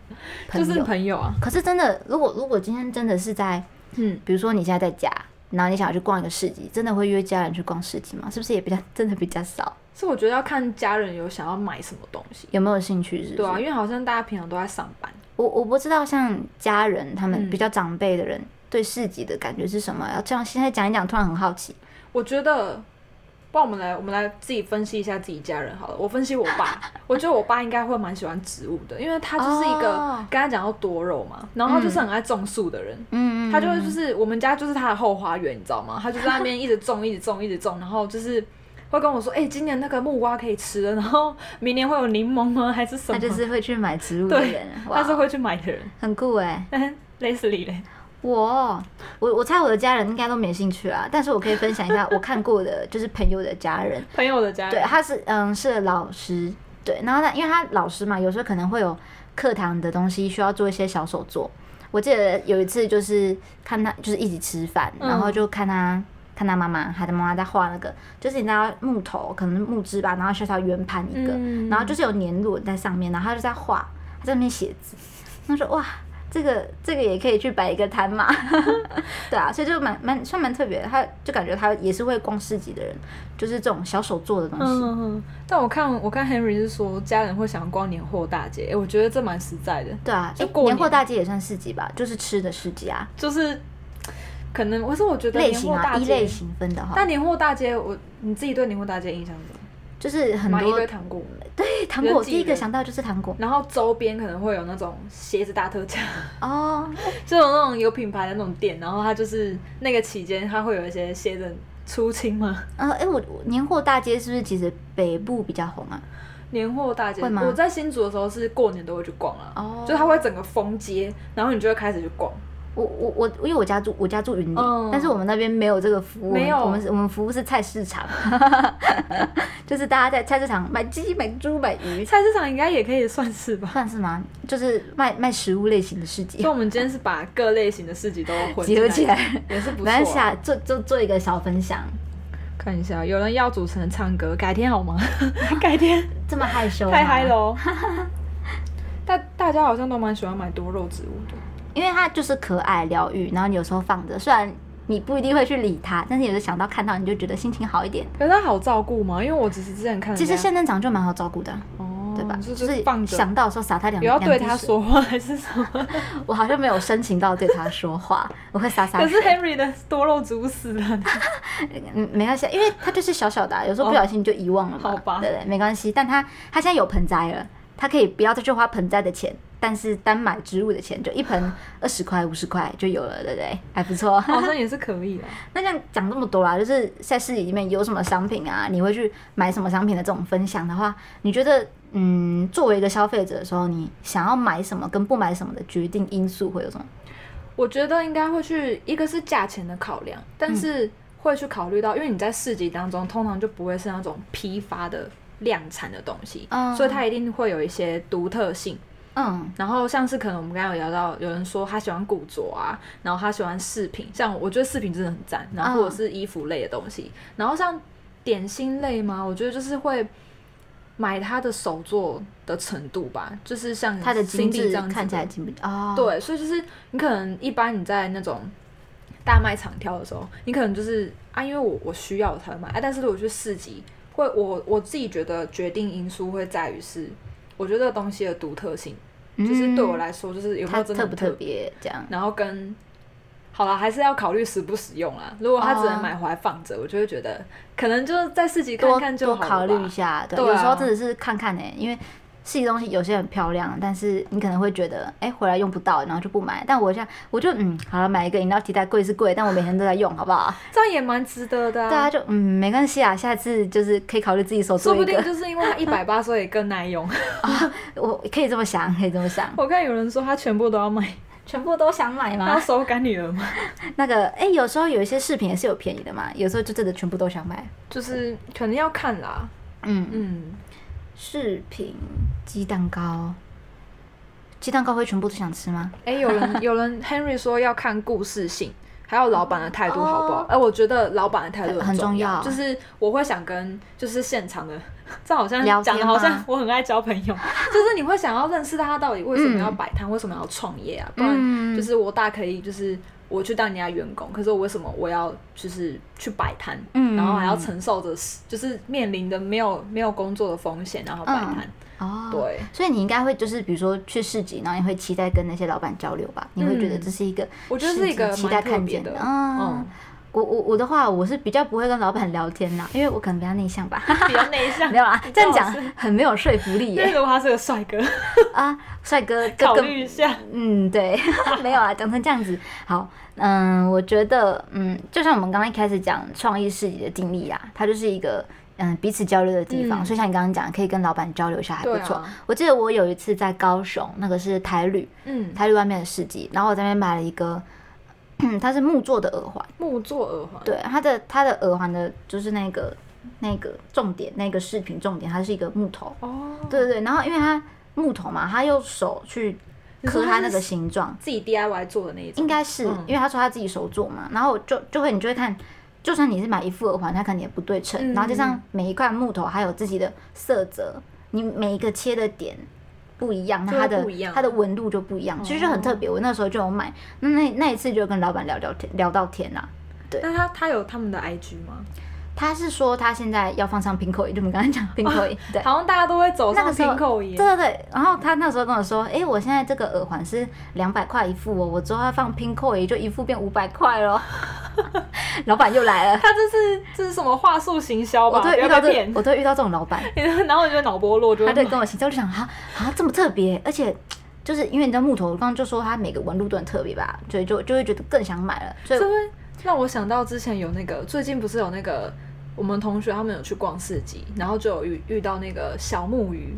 Speaker 1: 朋
Speaker 2: 就
Speaker 1: 友。
Speaker 2: 是朋友啊，
Speaker 1: 可是真的，如果如果今天真的是在
Speaker 2: 嗯，
Speaker 1: 比如说你现在在家，然后你想要去逛一个市集，真的会约家人去逛市集吗？是不是也比较真的比较少？
Speaker 2: 所以我觉得要看家人有想要买什么东西，
Speaker 1: 有没有兴趣是不是？
Speaker 2: 对啊，因为好像大家平常都在上班，
Speaker 1: 我我不知道像家人他们
Speaker 2: 嗯
Speaker 1: 比较长辈的人对市集的感觉是什么。要这样现在讲一讲，突然很好奇。
Speaker 2: 我觉得，不然我们来，我们来自己分析一下自己家人好了。我分析我 爸，我觉得我爸应该会蛮喜欢植物的，因为他就是一个
Speaker 1: 哦
Speaker 2: 刚才讲到多肉嘛，然后他就是很爱种树的人。
Speaker 1: 嗯，嗯
Speaker 2: 他就会就是我们家就是他的后花园，你知道吗？他就在那边一直种，一直种，一直种，然后就是会跟我说，哎、今年那个木瓜可以吃了，然后明年会有柠檬啊，还是什
Speaker 1: 他
Speaker 2: 么？
Speaker 1: 就是会去买植物的
Speaker 2: 对
Speaker 1: 人，哇
Speaker 2: 他是会去买的人。
Speaker 1: 很酷哎。
Speaker 2: Leslie 嘞，
Speaker 1: 我我我猜我的家人应该都没兴趣啦，但是我可以分享一 下我看过的，就是朋友的家人。
Speaker 2: 朋友的家人
Speaker 1: 对，他是嗯是老师，对，然后他因为他老师嘛，有时候可能会有课堂的东西需要做一些小手作。我记得有一次就是看他就是一起吃饭，
Speaker 2: 嗯
Speaker 1: 然后就看他。看他妈妈，他的妈妈在画那个，就是你知道木头，可能木枝吧，然后小小圆盘一个，
Speaker 2: 嗯
Speaker 1: 然后就是有粘轮在上面，然后他就在画，他在那边写字。他说：“哇，这个这个也可以去摆一个摊嘛。” 对啊，所以就蛮蛮算蛮特别的，他就感觉他也是会逛市集的人，就是这种小手做的东西。
Speaker 2: 嗯，但我看我看 Henry 是说家人会想逛年货大街，哎、我觉得这蛮实在的，
Speaker 1: 对啊，
Speaker 2: 就
Speaker 1: 哎、
Speaker 2: 过
Speaker 1: 年
Speaker 2: 年
Speaker 1: 货大街也算市集吧，就是吃的市集啊，
Speaker 2: 就是可能我是我觉得
Speaker 1: 类
Speaker 2: 年
Speaker 1: 型
Speaker 2: 货大
Speaker 1: 啊，
Speaker 2: 街，
Speaker 1: 一类型分的话
Speaker 2: 但，年货大街我你自己对年货大街印象是什么？
Speaker 1: 就是很
Speaker 2: 买一
Speaker 1: 多
Speaker 2: 堆糖果，
Speaker 1: 对糖果，我
Speaker 2: 人挤
Speaker 1: 第一个
Speaker 2: 人
Speaker 1: 想到就是糖果
Speaker 2: 然后周边可能会有那种鞋子大特价，
Speaker 1: 哦，
Speaker 2: 就有那种有品牌的那种店，然后它就是那个期间它会有一些鞋子出清吗？
Speaker 1: 呃，哎、我我年货大街是不是其实北部比较红啊？
Speaker 2: 年货大街，
Speaker 1: 会吗
Speaker 2: 我在新竹的时候是过年都会去逛啦，
Speaker 1: 哦
Speaker 2: 就它会整个封街，然后你就会开始去逛。
Speaker 1: 我我我，因为我家住我家住云林，
Speaker 2: 嗯
Speaker 1: 但是我们那边没有这个服务，
Speaker 2: 没有
Speaker 1: 我们是我们服务是菜市 场，就是大家在菜市场买鸡、买猪、买鱼，
Speaker 2: 菜市场应该也可以算是吧。
Speaker 1: 算是吗？就是卖卖食物类型的市
Speaker 2: 所
Speaker 1: 集
Speaker 2: 以，我们今天是把各类型的市集都混
Speaker 1: 结合起
Speaker 2: 进
Speaker 1: 来，
Speaker 2: 也是不错、
Speaker 1: 没关系
Speaker 2: 啊。
Speaker 1: 啊，做做做一个小分享，
Speaker 2: 看一下，有人要主持人唱歌，改天 好吗？改天
Speaker 1: 这么害羞，
Speaker 2: 太嗨了。哦。 大大家好像都蛮喜欢买多肉植物的，
Speaker 1: 因为它就是可爱疗愈，然后你有时候放着，虽然你不一定会去理它，但是有时候想到看到你就觉得心情好一点。
Speaker 2: 可是它好照顾吗？因为我只是之前看人
Speaker 1: 其
Speaker 2: 家，
Speaker 1: 实仙人掌就蛮好照顾的，
Speaker 2: 哦，
Speaker 1: 对吧？
Speaker 2: 啊就
Speaker 1: 就是是
Speaker 2: 放着，
Speaker 1: 想到的时候撒它两
Speaker 2: 有要
Speaker 1: 两
Speaker 2: 对
Speaker 1: 滴
Speaker 2: 他
Speaker 1: 水
Speaker 2: 说话还是什么？
Speaker 1: 我好像没有深情到对它说话， 我会撒撒
Speaker 2: 可
Speaker 1: 水。
Speaker 2: 是 Henry 的多肉植物死了，
Speaker 1: 嗯，没关系，因为它就是小小的啊、有时候不小心就遗忘了嘛。
Speaker 2: 哦好吧
Speaker 1: 对对，没关系。但它它现在有盆栽了，他可以不要再去花盆栽的钱，但是单买植物的钱就一 盆二十块、五十块就有了，对不对？还不错。
Speaker 2: 好像也是可以的。
Speaker 1: 那这样讲这么多啦，就是在市集里面有什么商品啊，你会去买什么商品的这种分享的话，你觉得，嗯，作为一个消费者的时候，你想要买什么跟不买什么的决定因素会有什么？
Speaker 2: 我觉得应该会去，一个是价钱的考量，但
Speaker 1: 嗯
Speaker 2: 是会去考虑到，因为你在市集当中通常就不会是那种批发的量产的东西，
Speaker 1: 嗯
Speaker 2: 所以它一定会有一些独特性。
Speaker 1: 嗯
Speaker 2: 然后像是可能我们刚刚有聊到，有人说他喜欢古着啊，然后他喜欢饰品，像我觉得饰品真的很赞，然后或者是衣服类的东西，然后像点心类嘛，我觉得就是会买他的手作的程度吧，就是像
Speaker 1: 它的精
Speaker 2: Cindy 这
Speaker 1: 致
Speaker 2: 样子
Speaker 1: 看起
Speaker 2: 的
Speaker 1: 来精致哦，，
Speaker 2: 对，所以就是你可能一般你在那种大卖场挑的时候，你可能就是啊，因为我我需要我才会买，啊，但是如果去市集，会我我自己觉得决定因素会在于是，我觉得这个东西的独特性，就是对我来说就是有
Speaker 1: 嗯
Speaker 2: 没
Speaker 1: 它
Speaker 2: 有真的
Speaker 1: 特不
Speaker 2: 很
Speaker 1: 特
Speaker 2: 别，
Speaker 1: 别这样？
Speaker 2: 然后跟。好了，还是要考虑实不实用啦。如果它只能
Speaker 1: 哦
Speaker 2: 买回来放着，我就会觉得可能就是在市集看
Speaker 1: 多
Speaker 2: 看就
Speaker 1: 多
Speaker 2: 好了
Speaker 1: 考虑
Speaker 2: 吧
Speaker 1: 一下，对，
Speaker 2: 对
Speaker 1: 有时候
Speaker 2: 啊
Speaker 1: 真的是看看呢、欸因为是东西有些很漂亮，但是你可能会觉得，哎、回来用不到，然后就不买。但我现在我就嗯，好了，买一个饮料提袋贵是贵，但我每天都在用，好不 好？
Speaker 2: 这样也蛮值得的、啊。
Speaker 1: 对啊，就嗯，没关系啊，下次就是可以考虑自己手
Speaker 2: 说
Speaker 1: 做
Speaker 2: 不
Speaker 1: 一
Speaker 2: 定
Speaker 1: 个，
Speaker 2: 就是因为它一百八，所以更耐用。
Speaker 1: 我可以这么想，可以这么想。
Speaker 2: 我看有人说他全部都要买，
Speaker 1: 全部都想买
Speaker 2: 他要？收干女儿吗？
Speaker 1: 那个哎、有时候有一些饰品也是有便宜的嘛，有时候就真的全部都想买。
Speaker 2: 就是可能要看啦，
Speaker 1: 嗯，
Speaker 2: 嗯，
Speaker 1: 饰品鸡蛋糕，鸡蛋糕会全部都想吃吗？
Speaker 2: 哎、有 人有人 Henry 说要看故事性，还有老板的态度好不好？哎、我觉得老板的态度
Speaker 1: 哦很重
Speaker 2: 重
Speaker 1: 要
Speaker 2: 就是我会想跟就是现 场的，这好像
Speaker 1: 聊天
Speaker 2: 讲的好像
Speaker 1: 吗
Speaker 2: 我很爱交朋 友，就是你会想要认识他到底为什么要摆摊，为什么要创业啊？不
Speaker 1: 嗯
Speaker 2: 然就是我大可以就是。我去当人家员工，可是我为什么我要就是去摆摊，
Speaker 1: 嗯
Speaker 2: 然后还要承受着就是面临的没有没有工作的风险，然后摆
Speaker 1: 嗯
Speaker 2: 摊，
Speaker 1: 哦，
Speaker 2: 对，
Speaker 1: 所以你应该会就是比如说去市集，然后你会期待跟那些老板交流吧？你会觉得这是一个
Speaker 2: 嗯我觉得是一个
Speaker 1: 市集期
Speaker 2: 蛮
Speaker 1: 待
Speaker 2: 特
Speaker 1: 看
Speaker 2: 别
Speaker 1: 见
Speaker 2: 的
Speaker 1: 嗯
Speaker 2: 嗯，
Speaker 1: 我我我的话，我是比较不会跟老板聊天啦，因为我可能 比较内向吧。
Speaker 2: 比较内向。
Speaker 1: 没有啦，这样讲
Speaker 2: 哦最好是
Speaker 1: 很没有说服力
Speaker 2: 那
Speaker 1: 耶
Speaker 2: 个他是个帅 哥，
Speaker 1: 啊！帅哥，哥
Speaker 2: 考
Speaker 1: 哥，
Speaker 2: 虑一下。
Speaker 1: 嗯，对， 没有啊，讲成这样子，好，嗯，我觉得，嗯，就像我们刚刚一开始讲创意市集的经历啊，它就是一个嗯彼此交流的地方，
Speaker 2: 嗯
Speaker 1: 所以像你刚刚讲，可以跟老板交流一下，还不
Speaker 2: 对啊
Speaker 1: 错。我记得我有一次在高雄，那个是台旅，
Speaker 2: 嗯，
Speaker 1: 台旅外面的市集，然后我在那边买了一个， 它是木做的耳环，
Speaker 2: 木做耳环，
Speaker 1: 对，它的它的耳环的就是那个那个重点，那个饰品重点，它是一个木头，
Speaker 2: 哦，
Speaker 1: 对对对，然后因为它木头嘛，它用手去
Speaker 2: 你说
Speaker 1: 刻
Speaker 2: 它
Speaker 1: 它
Speaker 2: 是
Speaker 1: 那个形状，
Speaker 2: 自己 DIY 做的那一种，
Speaker 1: 应该是、
Speaker 2: 嗯
Speaker 1: 因为他说他自己手做嘛，然后我就就会你就会看，就算你是买一副耳环，它可能也不对称，
Speaker 2: 嗯
Speaker 1: 然后加上每一块木头还有自己的色泽，你每一个切的点。不一样，那
Speaker 2: 就
Speaker 1: 它
Speaker 2: 会
Speaker 1: 的
Speaker 2: 不一样哦
Speaker 1: 它的纹路就不一样，其实就很特别。我那时候就有买，那那那一次就跟老板聊聊天，聊到天啦、
Speaker 2: 那他他有他们的 IG 吗？
Speaker 1: 他是说他现在要放上 Pinko，就我们刚才讲 Pinko，、对，
Speaker 2: 好像大家都会走
Speaker 1: 那
Speaker 2: 上
Speaker 1: 个时候
Speaker 2: p i n k o
Speaker 1: 对对对，然后他那时候跟我说，诶，我现在这个耳环是两百块一副哦，我之后要放 Pinko 也就一副变五百块 咯。老板又来了，
Speaker 2: 他这是这是什么话术行销吧？
Speaker 1: 我都
Speaker 2: 不
Speaker 1: 会遇
Speaker 2: 要
Speaker 1: 到
Speaker 2: 被
Speaker 1: 这
Speaker 2: 骗，
Speaker 1: 我。都会遇到这种老板，
Speaker 2: 然后你就脑波弱，就
Speaker 1: 他
Speaker 2: 会
Speaker 1: 就跟我形象就想啊啊这么特别，而且就是因为你知道木头，我刚刚就说它每个纹路都很特别吧，所以就就会觉得更想买了，所以
Speaker 2: 这会让我想到之前有那个，最近不是有那个。我们同学他们有去逛市集，然后就有遇遇到那个小木鱼，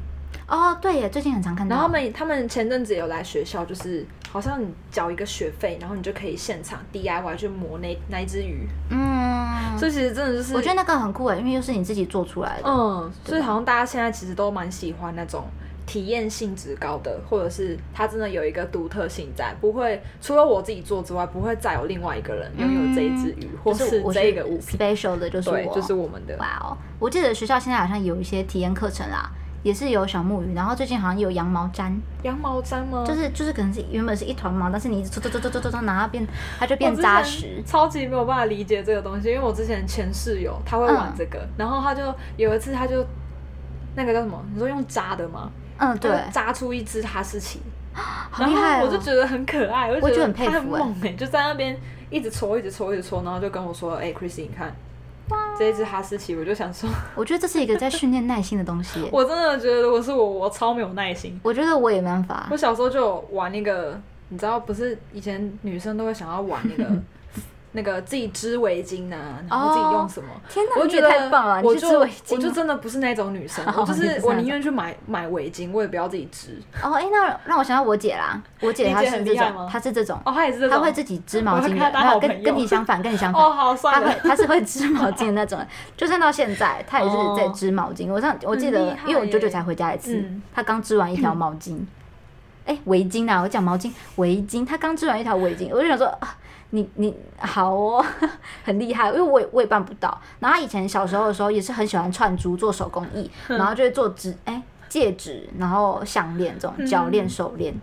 Speaker 1: 哦对耶，最近很常看到，
Speaker 2: 然后他们他们前阵子有来学校，就是好像你缴一个学费，然后你就可以现场 DIY 去磨那那一只鱼，
Speaker 1: 嗯，
Speaker 2: 所以其实真的就是
Speaker 1: 我觉得那个很酷诶，因为又是你自己做出来的，
Speaker 2: 嗯，所以好像大家现在其实都蛮喜欢那种体验性质高的，或者是它真的有一个独特性在，不会除了我自己做之外，不会再有另外一个人拥有这一只鱼，或
Speaker 1: 就是我
Speaker 2: 这一个物品。
Speaker 1: special 的，就是
Speaker 2: 对，
Speaker 1: 我，
Speaker 2: 就是我们的。
Speaker 1: 哇哦！我记得学校现在好像有一些体验课程啦，也是有小木鱼，然后最近好像有羊毛毡，
Speaker 2: 羊毛毡吗？
Speaker 1: 就是就是可能是原本是一团毛，但是你一直搓搓搓搓搓搓搓，然后它变它就
Speaker 2: 我
Speaker 1: 变
Speaker 2: 之
Speaker 1: 扎
Speaker 2: 前
Speaker 1: 实。
Speaker 2: 超级没有办法理解这个东西，因为我之前前室友他会
Speaker 1: 嗯
Speaker 2: 玩这个，然后他就有一次他就那个叫什么？你说用扎的吗？
Speaker 1: 嗯，对
Speaker 2: 他，就扎出一只哈士奇，
Speaker 1: 好
Speaker 2: 然
Speaker 1: 厉害、哦！
Speaker 2: 后我就觉得很可爱，我
Speaker 1: 我觉
Speaker 2: 就觉
Speaker 1: 得
Speaker 2: 得
Speaker 1: 很佩
Speaker 2: 他很
Speaker 1: 服欸
Speaker 2: 猛哎、就在那边一直搓，一直搓，一直搓，然后就跟我说：“哎、c h r i s t y 你看，这一只哈士奇，我就想 说，
Speaker 1: 我觉得这是一个在训练耐心的东西耶。
Speaker 2: 我真的觉得我是我，我超没有耐心。
Speaker 1: 我觉得我也没办法
Speaker 2: 我，小时候就有玩那个，你知道，不是以前女生都会想要玩 那个那个自己织围巾啊，然后自己用什么。
Speaker 1: 天哪，
Speaker 2: 我
Speaker 1: 哦你
Speaker 2: 觉
Speaker 1: 也
Speaker 2: 得
Speaker 1: 太棒了！你
Speaker 2: 我
Speaker 1: 去
Speaker 2: 就
Speaker 1: 织围巾
Speaker 2: 我就
Speaker 1: 吗
Speaker 2: 真的不是那种女生，
Speaker 1: 哦
Speaker 2: 我
Speaker 1: 你不
Speaker 2: 就
Speaker 1: 是
Speaker 2: 是
Speaker 1: 那种
Speaker 2: 我宁愿去买买围巾，我也不要自己织。
Speaker 1: 哦，哎、那让我想到我姐啦，我姐
Speaker 2: 你
Speaker 1: 她
Speaker 2: 姐
Speaker 1: 是
Speaker 2: 很
Speaker 1: 这
Speaker 2: 厉害
Speaker 1: 种，
Speaker 2: 吗
Speaker 1: 她是这种，
Speaker 2: 哦，她也是这种，
Speaker 1: 她会自己织毛
Speaker 2: 我
Speaker 1: 巾的，
Speaker 2: 看她
Speaker 1: 没有
Speaker 2: 好
Speaker 1: 跟
Speaker 2: 朋
Speaker 1: 跟
Speaker 2: 友
Speaker 1: 你相反，跟你相反。
Speaker 2: 哦，好
Speaker 1: 她
Speaker 2: 算了
Speaker 1: 会，，她是会织毛巾的那种人，就算到现在，她也是在织毛巾。我上我记
Speaker 2: 哦很厉
Speaker 1: 得
Speaker 2: 害，
Speaker 1: 因为我舅舅
Speaker 2: 耶
Speaker 1: 才回家一次
Speaker 2: 嗯，
Speaker 1: 她刚织完一条毛巾，哎、围巾啊，我讲毛巾，围巾，她刚织完一条围巾，我就想说，啊、你你好哦， 很厉害，因为我也我也办不到。然后她以前小时候的时候也是很喜欢串珠做手工艺，然后就会做指哎、戒指，然后项链这种脚链、
Speaker 2: 嗯
Speaker 1: 手链。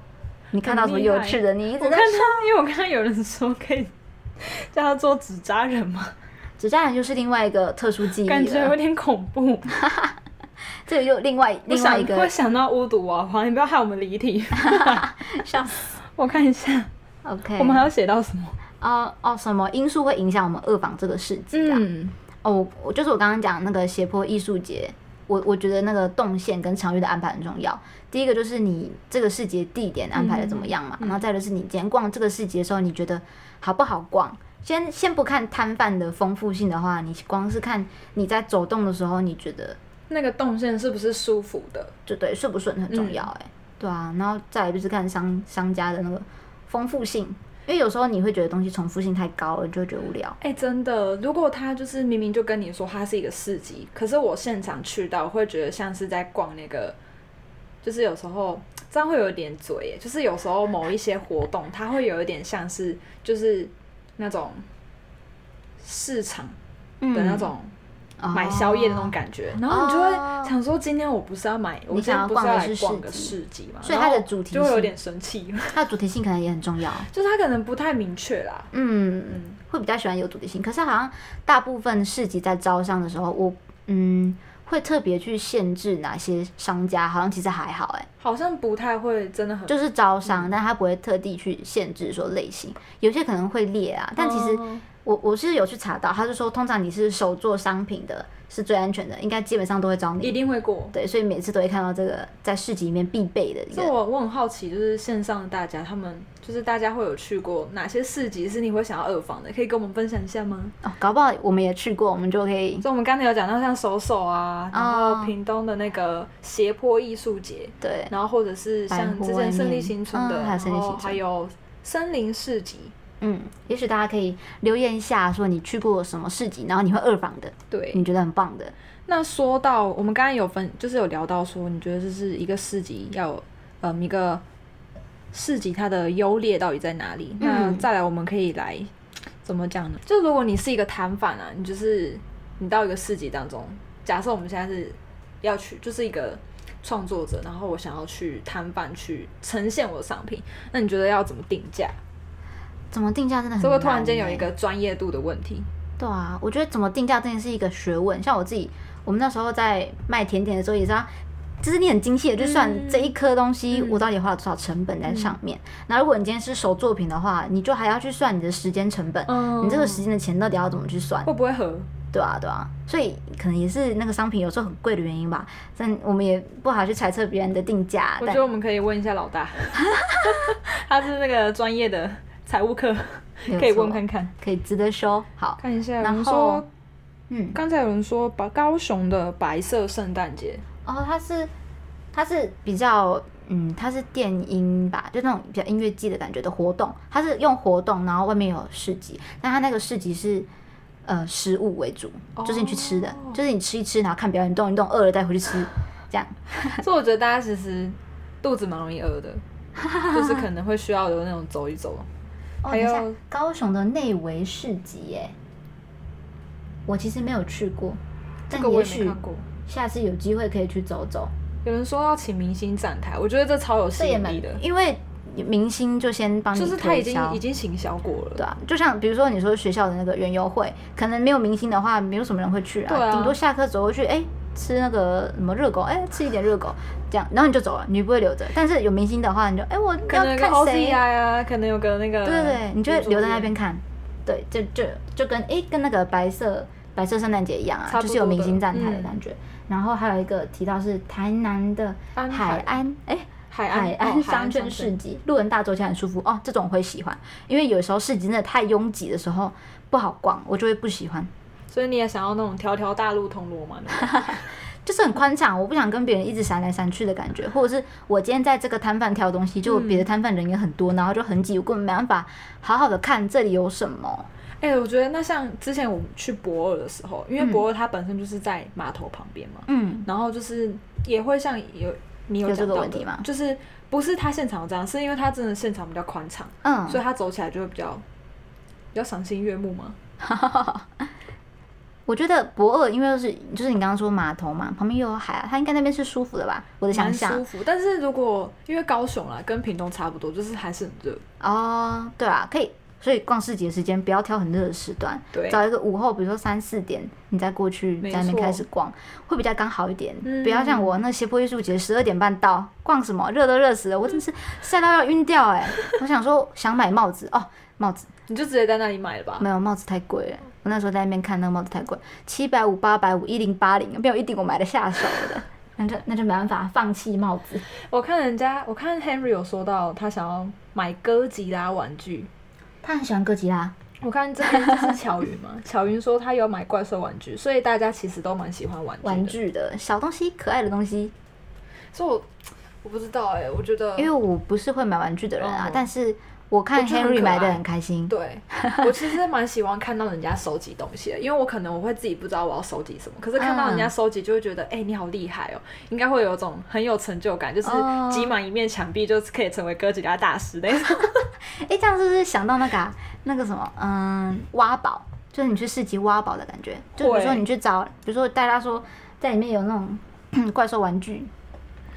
Speaker 1: 你看到什么
Speaker 2: 很厉害
Speaker 1: 有趣的？你一直
Speaker 2: 我
Speaker 1: 在
Speaker 2: 看到，因为我看到有人说可以叫他做纸扎人嘛，
Speaker 1: 指甲人就是另外一个特殊技艺
Speaker 2: 感觉有
Speaker 1: 了，
Speaker 2: 点恐怖。
Speaker 1: 这个又另外
Speaker 2: 我
Speaker 1: 另外
Speaker 2: 想
Speaker 1: 一
Speaker 2: 会
Speaker 1: 个，
Speaker 2: 想到巫毒娃啊娃，你不要害我们离 题。
Speaker 1: 笑死。
Speaker 2: 我看一下，
Speaker 1: OK，
Speaker 2: 我们还要写到什么？
Speaker 1: 哦哦，什么因素会影响我们二房这个市集
Speaker 2: 嗯
Speaker 1: 啊？，哦，我我就是我刚刚讲那个斜坡艺术节，我我觉得那个动线跟场域的安排很重要。第一个就是你这个市集地点安排的怎么样嘛，
Speaker 2: 嗯
Speaker 1: 然后再就是你今天逛这个市集的时候，你觉得好不好逛？先先不看摊贩的丰富性的话，你光是看你在走动的时候，你觉得
Speaker 2: 那个动线是不是舒服的？
Speaker 1: 就对顺不顺很重要哎、对啊，然后再来就是看商商家的那个丰富性，因为有时候你会觉得东西重复性太高了，你就会觉得无聊。
Speaker 2: 哎、真的，如果他就是明明就跟你说他是一个市集，可是我现场去到，我会觉得像是在逛那个，就是有时候这样会有点嘴耶，就是有时候某一些活动，它会有一点像是就是那种市场
Speaker 1: 嗯
Speaker 2: 的那种
Speaker 1: 哦
Speaker 2: 买宵 夜的那种感觉，然后你就会想说，今天我不是要买，我
Speaker 1: 你
Speaker 2: 今
Speaker 1: 想要
Speaker 2: 天不是要
Speaker 1: 逛
Speaker 2: 来
Speaker 1: 的是
Speaker 2: 逛个
Speaker 1: 市
Speaker 2: 市集嘛，
Speaker 1: 所以
Speaker 2: 然后
Speaker 1: 它的主题
Speaker 2: 就会
Speaker 1: 性
Speaker 2: 有点生气，
Speaker 1: 它的主题性可能也很重要。
Speaker 2: 就是他可能不太明确啦，
Speaker 1: 嗯，会比较喜欢有主题性。可是好像大部分市集在招商的时候，我嗯会特别去限制哪些商家，好像其实还好哎、
Speaker 2: 好像不太会真的很
Speaker 1: 就是招
Speaker 2: 嗯
Speaker 1: 商，但他不会特地去限制说类型，有些可能会列啊，但其实
Speaker 2: 哦
Speaker 1: 我我是有去查到，他是说通常你是手做商品的是最安全的，应该基本上都会招
Speaker 2: 一
Speaker 1: 你。
Speaker 2: 定会过。
Speaker 1: 对，所以每次都会看到这个在市集里面必备的一
Speaker 2: 这
Speaker 1: 个。
Speaker 2: 我我很好奇，就是线上的大家，他们就是大家会有去过哪些市集是你会想要二访的？可以跟我们分享一下吗？
Speaker 1: 哦，搞不好我们也去过，我们就可以
Speaker 2: 所以我们刚才有讲到像手手啊，然
Speaker 1: 哦
Speaker 2: 后屏东的那个斜坡艺术节，
Speaker 1: 对
Speaker 2: 然后或者是像之前胜利新村的，
Speaker 1: 百货外面嗯还有胜利新村
Speaker 2: 然后还有森林市集，
Speaker 1: 嗯，也许大家可以留言一下，说你去过什么市集，然后你会二访的，
Speaker 2: 对，
Speaker 1: 你觉得很棒的。
Speaker 2: 那说到我们刚刚有分，就是有聊到说，你觉得这是一个市集要有，嗯，一个市集它的优劣到底在哪里？那
Speaker 1: 嗯
Speaker 2: 再来，我们可以来怎么讲呢？就如果你是一个摊贩啊，你就是你到一个市集当中，假设我们现在是要去，就是一个创作者，然后我想要去摊贩去呈现我的商品，那你觉得要怎么定价？
Speaker 1: 怎么定价真的很
Speaker 2: 这
Speaker 1: 难、欸。
Speaker 2: 会突然间有一个专业度的问题。
Speaker 1: 对啊，我觉得怎么定价真的是一个学问。像我自己，我们那时候在卖甜点的时候也是要，就是你很精细的去算
Speaker 2: 嗯
Speaker 1: 这一颗东西
Speaker 2: 嗯
Speaker 1: 我到底花了多少成本在上面。那、如果你今天是手作品的话，你就还要去算你的时间成本，
Speaker 2: 嗯
Speaker 1: 你这个时间的钱到底要怎么去算？
Speaker 2: 会不会合？
Speaker 1: 对啊，对啊，所以可能也是那个商品有时候很贵的原因吧。但我们也不好去揣测别人的定价，
Speaker 2: 我
Speaker 1: 但
Speaker 2: 觉得我们可以问一下老 大，他是那个专业的财务课，
Speaker 1: 没有
Speaker 2: 可以
Speaker 1: 错
Speaker 2: 问看看。
Speaker 1: 可以值得收。好，
Speaker 2: 看一下，有
Speaker 1: 然
Speaker 2: 人
Speaker 1: 后
Speaker 2: 说，
Speaker 1: 嗯，
Speaker 2: 刚才有人说把高雄的白色圣 诞节，
Speaker 1: 哦，它是它是比较嗯，它是电音吧，就那种比较音乐季的感觉的活动，它是用活动，然后外面有市集，但它那个市集是。呃，食物为主，就是你去吃的，
Speaker 2: 哦
Speaker 1: 就是你吃一吃，然后看表演，动一动，饿了再回去吃，这样。
Speaker 2: 所以我觉得大家其实肚子蛮容易饿的，就是可能会需要有那种走一走。
Speaker 1: 哦，等
Speaker 2: 还
Speaker 1: 一下
Speaker 2: 有，
Speaker 1: 高雄的内围市集耶，我其实没有去过，
Speaker 2: 这
Speaker 1: 但
Speaker 2: 个我
Speaker 1: 也
Speaker 2: 也没
Speaker 1: 许
Speaker 2: 看过。
Speaker 1: 下次有机会可以去走走，
Speaker 2: 有人说要请明星站台，我觉得这超有吸
Speaker 1: 这也
Speaker 2: 引
Speaker 1: 蛮
Speaker 2: 力的，
Speaker 1: 因为明星就先帮你
Speaker 2: 就是他已
Speaker 1: 推
Speaker 2: 经
Speaker 1: 销
Speaker 2: 已经行销过了。
Speaker 1: 对啊，就像比如说你说学校的那个园游会，可能没有明星的话，没有什么人会去
Speaker 2: 对
Speaker 1: 啊，
Speaker 2: 啊
Speaker 1: 顶、多下课走过去，哎、吃那个什么热狗，哎、吃一点热狗，这样，然后你就走了，你不会留着。但是有明星的话，你就哎、我
Speaker 2: 可
Speaker 1: 要
Speaker 2: 能有个
Speaker 1: 看谁
Speaker 2: OZI，啊，可能有个那个，
Speaker 1: 对对对，你就会留在那边。看，对，就就就跟哎、跟那个白色白色圣诞节一样
Speaker 2: 差
Speaker 1: 啊，
Speaker 2: 不多的嗯
Speaker 1: 就是有明星站台的感觉。然后还有一个提到是台南的
Speaker 2: 安海
Speaker 1: 海岸，哎、
Speaker 2: 海岸
Speaker 1: 海
Speaker 2: 哦海
Speaker 1: 岸
Speaker 2: 岸
Speaker 1: 商圈
Speaker 2: 商圈
Speaker 1: 市集，路人大走起来很舒服哦，这种我会喜欢，因为有时候市集真的太拥挤的时候不好逛，我就会不喜欢。
Speaker 2: 所以你也想要那种条条大路通罗马那种
Speaker 1: 就是很宽敞，我不想跟别人一直闪来闪去的感觉，或者是我今天在这个摊贩挑东西，就别
Speaker 2: 嗯
Speaker 1: 的摊贩人也很多，然后就很挤，我根本没办法好好的看这里有什么。
Speaker 2: 哎、我觉得那像之前我去博尔的时候，因为
Speaker 1: 嗯
Speaker 2: 博尔它本身就是在码头旁边嘛，
Speaker 1: 嗯，
Speaker 2: 然后就是也会像有你有
Speaker 1: 有这
Speaker 2: 讲
Speaker 1: 个
Speaker 2: 到
Speaker 1: 问
Speaker 2: 的
Speaker 1: 题吗
Speaker 2: 就是不是它现场有这样，是因为它真的现场比较宽敞，
Speaker 1: 嗯
Speaker 2: 所以它走起来就会比较比较赏心悦目嘛。
Speaker 1: 我觉得博尔因为是就是你刚刚说码头嘛，旁边又有海啊，它应该那边是舒服的吧？我的想
Speaker 2: 蛮舒
Speaker 1: 象
Speaker 2: 服，但是如果因为高雄啦，跟屏东差不多，就是还是很热。
Speaker 1: 哦，对啊，可以。所以逛市集的时间不要挑很热的时段，
Speaker 2: 对
Speaker 1: 找一个午后，比如说三四点，你再过去
Speaker 2: 没
Speaker 1: 在那边
Speaker 2: 错
Speaker 1: 开始逛，会比较刚好一点。
Speaker 2: 嗯
Speaker 1: 不要像我那斜坡艺术节十二点半到，逛什么热都热
Speaker 2: 嗯
Speaker 1: 死了，我真是晒到要晕掉哎、 我想说想买帽子哦，帽子
Speaker 2: 你就直接在那里买了吧。
Speaker 1: 没有帽子太贵了，我那时候在那边看那个帽子太贵，七百五、八百五、一零八零，没有一顶我买得下手的， 那就那就没办法放弃帽子。
Speaker 2: 我看人家，我看 Henry 有说到他想要买哥吉拉玩具。
Speaker 1: 他很喜欢哥吉拉，
Speaker 2: 我看这边这是巧云嘛， 巧云说他有买怪兽玩具，所以大家其实都蛮喜欢玩具的。
Speaker 1: 玩具的小东西，可爱的东西，
Speaker 2: 所以我我不知道哎、我觉得
Speaker 1: 因为我不是会买玩具的人啊，
Speaker 2: 哦
Speaker 1: 但是我看
Speaker 2: 我觉得很
Speaker 1: Henry
Speaker 2: 可
Speaker 1: 买的
Speaker 2: 爱
Speaker 1: 很开心。
Speaker 2: 对 我其实蛮喜欢看到人家收集东西的，因为我可能我会自己不知道我要收集什么，可是看
Speaker 1: 嗯
Speaker 2: 到人家收集就会觉得，哎、你好厉害哦，应该会有一种很有成就感，就是
Speaker 1: 哦
Speaker 2: 挤满一面墙壁就是可以成为哥吉拉大师那种。
Speaker 1: 哎、这样是不是想到那个、啊、那个什么，嗯，挖宝，就是你去市集挖宝的感觉。就比如说
Speaker 2: 会
Speaker 1: 你去找，比如说大家说在里面有那种 怪兽玩具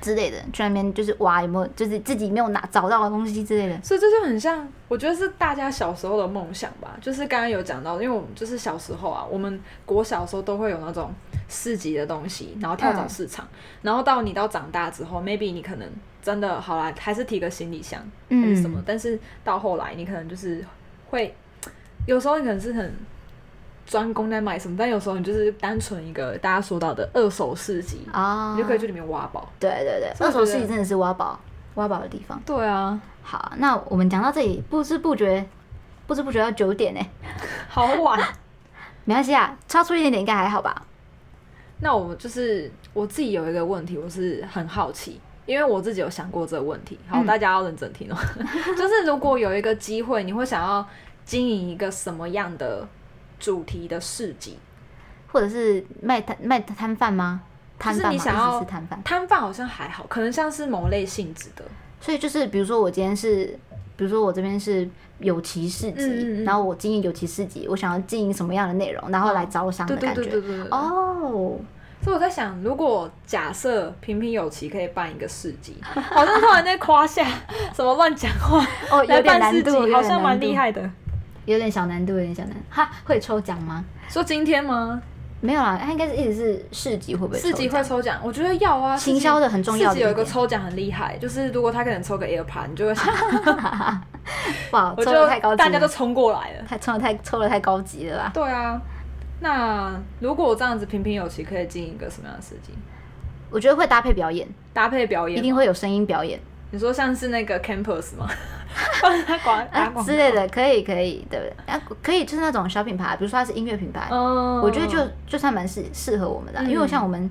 Speaker 1: 之类的，去那边就是挖有没有，就是自己没有拿找到的东西之类的。
Speaker 2: 所以这就很像，我觉得是大家小时候的梦想吧。就是刚刚有讲到，因为我们就是小时候啊，我们国小的时候都会有那种市集的东西，然后跳蚤市场，然后到你到长大之后，maybe 你可能真的好啦，还是提个行李箱还是什么，
Speaker 1: 嗯
Speaker 2: 但是到后来你可能就是会，有时候你可能是很。专攻在买什么，但有时候你就是单纯一个大家说到的二手市集，
Speaker 1: 啊，
Speaker 2: 你就可以去里面挖宝。
Speaker 1: 对对对，
Speaker 2: 所以
Speaker 1: 二手
Speaker 2: 我觉
Speaker 1: 市集
Speaker 2: 得
Speaker 1: 真的是挖宝挖宝的地方。
Speaker 2: 对啊，
Speaker 1: 好，那我们讲到这里，不知不觉不知不觉要九点呢、
Speaker 2: 好晚。
Speaker 1: 没关系啊，超出一点点应该还好吧。
Speaker 2: 那我们就是我自己有一个问题，我是很好奇，因为我自己有想过这个问题。好，
Speaker 1: 嗯
Speaker 2: 大家要认真听哦。 就是如果有一个机会，你会想要经营一个什么样的主题的市集？
Speaker 1: 或者是卖摊卖摊贩吗？
Speaker 2: 就
Speaker 1: 摊
Speaker 2: 是
Speaker 1: 贩吗？
Speaker 2: 你
Speaker 1: 意
Speaker 2: 想
Speaker 1: 思
Speaker 2: 要
Speaker 1: 是摊贩。
Speaker 2: 摊贩好像还好，可能像是某类性质的。
Speaker 1: 所以就是，比如说我今天是，比如说我这边是有旗市集，
Speaker 2: 嗯嗯嗯
Speaker 1: 然后我经营有旗市集，我想要经营什么样的内容，然后来招商的
Speaker 2: 哦对对
Speaker 1: 感
Speaker 2: 对
Speaker 1: 觉
Speaker 2: 对。对对。哦，
Speaker 1: 哦，
Speaker 2: 所以我在想，如果假设平平有奇可以办一个市集， 好像突然在夸下什么乱讲话，
Speaker 1: 哦，有
Speaker 2: 来
Speaker 1: 点
Speaker 2: 办
Speaker 1: 难
Speaker 2: 市集
Speaker 1: 度，有
Speaker 2: 好
Speaker 1: 点
Speaker 2: 像蛮
Speaker 1: 难
Speaker 2: 厉
Speaker 1: 度，
Speaker 2: 害的。
Speaker 1: 有点小难度，有点小难。哈，会抽奖吗？
Speaker 2: 说今天吗？
Speaker 1: 没有啦，它应该是一直是市集会不会抽
Speaker 2: 四
Speaker 1: 奖？
Speaker 2: 级会抽奖，我觉得要啊，
Speaker 1: 行销的很重要的
Speaker 2: 四级有一个
Speaker 1: 一点
Speaker 2: 抽奖很厉害，就是如果他可能抽个 AirPod，你就会 想，
Speaker 1: 哇，
Speaker 2: 我
Speaker 1: 抽的太
Speaker 2: 就
Speaker 1: 高级
Speaker 2: 大家都
Speaker 1: 了，
Speaker 2: 冲过来了。
Speaker 1: 太抽的太抽的太高级了吧？
Speaker 2: 对啊，那如果我这样子平平有奇，可以进一个什么样的事情？
Speaker 1: 我觉得会搭配表演，
Speaker 2: 搭配表演，
Speaker 1: 一定。会有声音表演
Speaker 2: 你说像是那个 Campus 吗？帮他广 打
Speaker 1: 啊
Speaker 2: 广告
Speaker 1: 之类。的，可以可以，对不对？啊，可以就是那种小品牌，比如说它是音乐品牌，
Speaker 2: 嗯，
Speaker 1: 我觉得就就算蛮适适合我们的啊、因为
Speaker 2: 嗯
Speaker 1: 像我们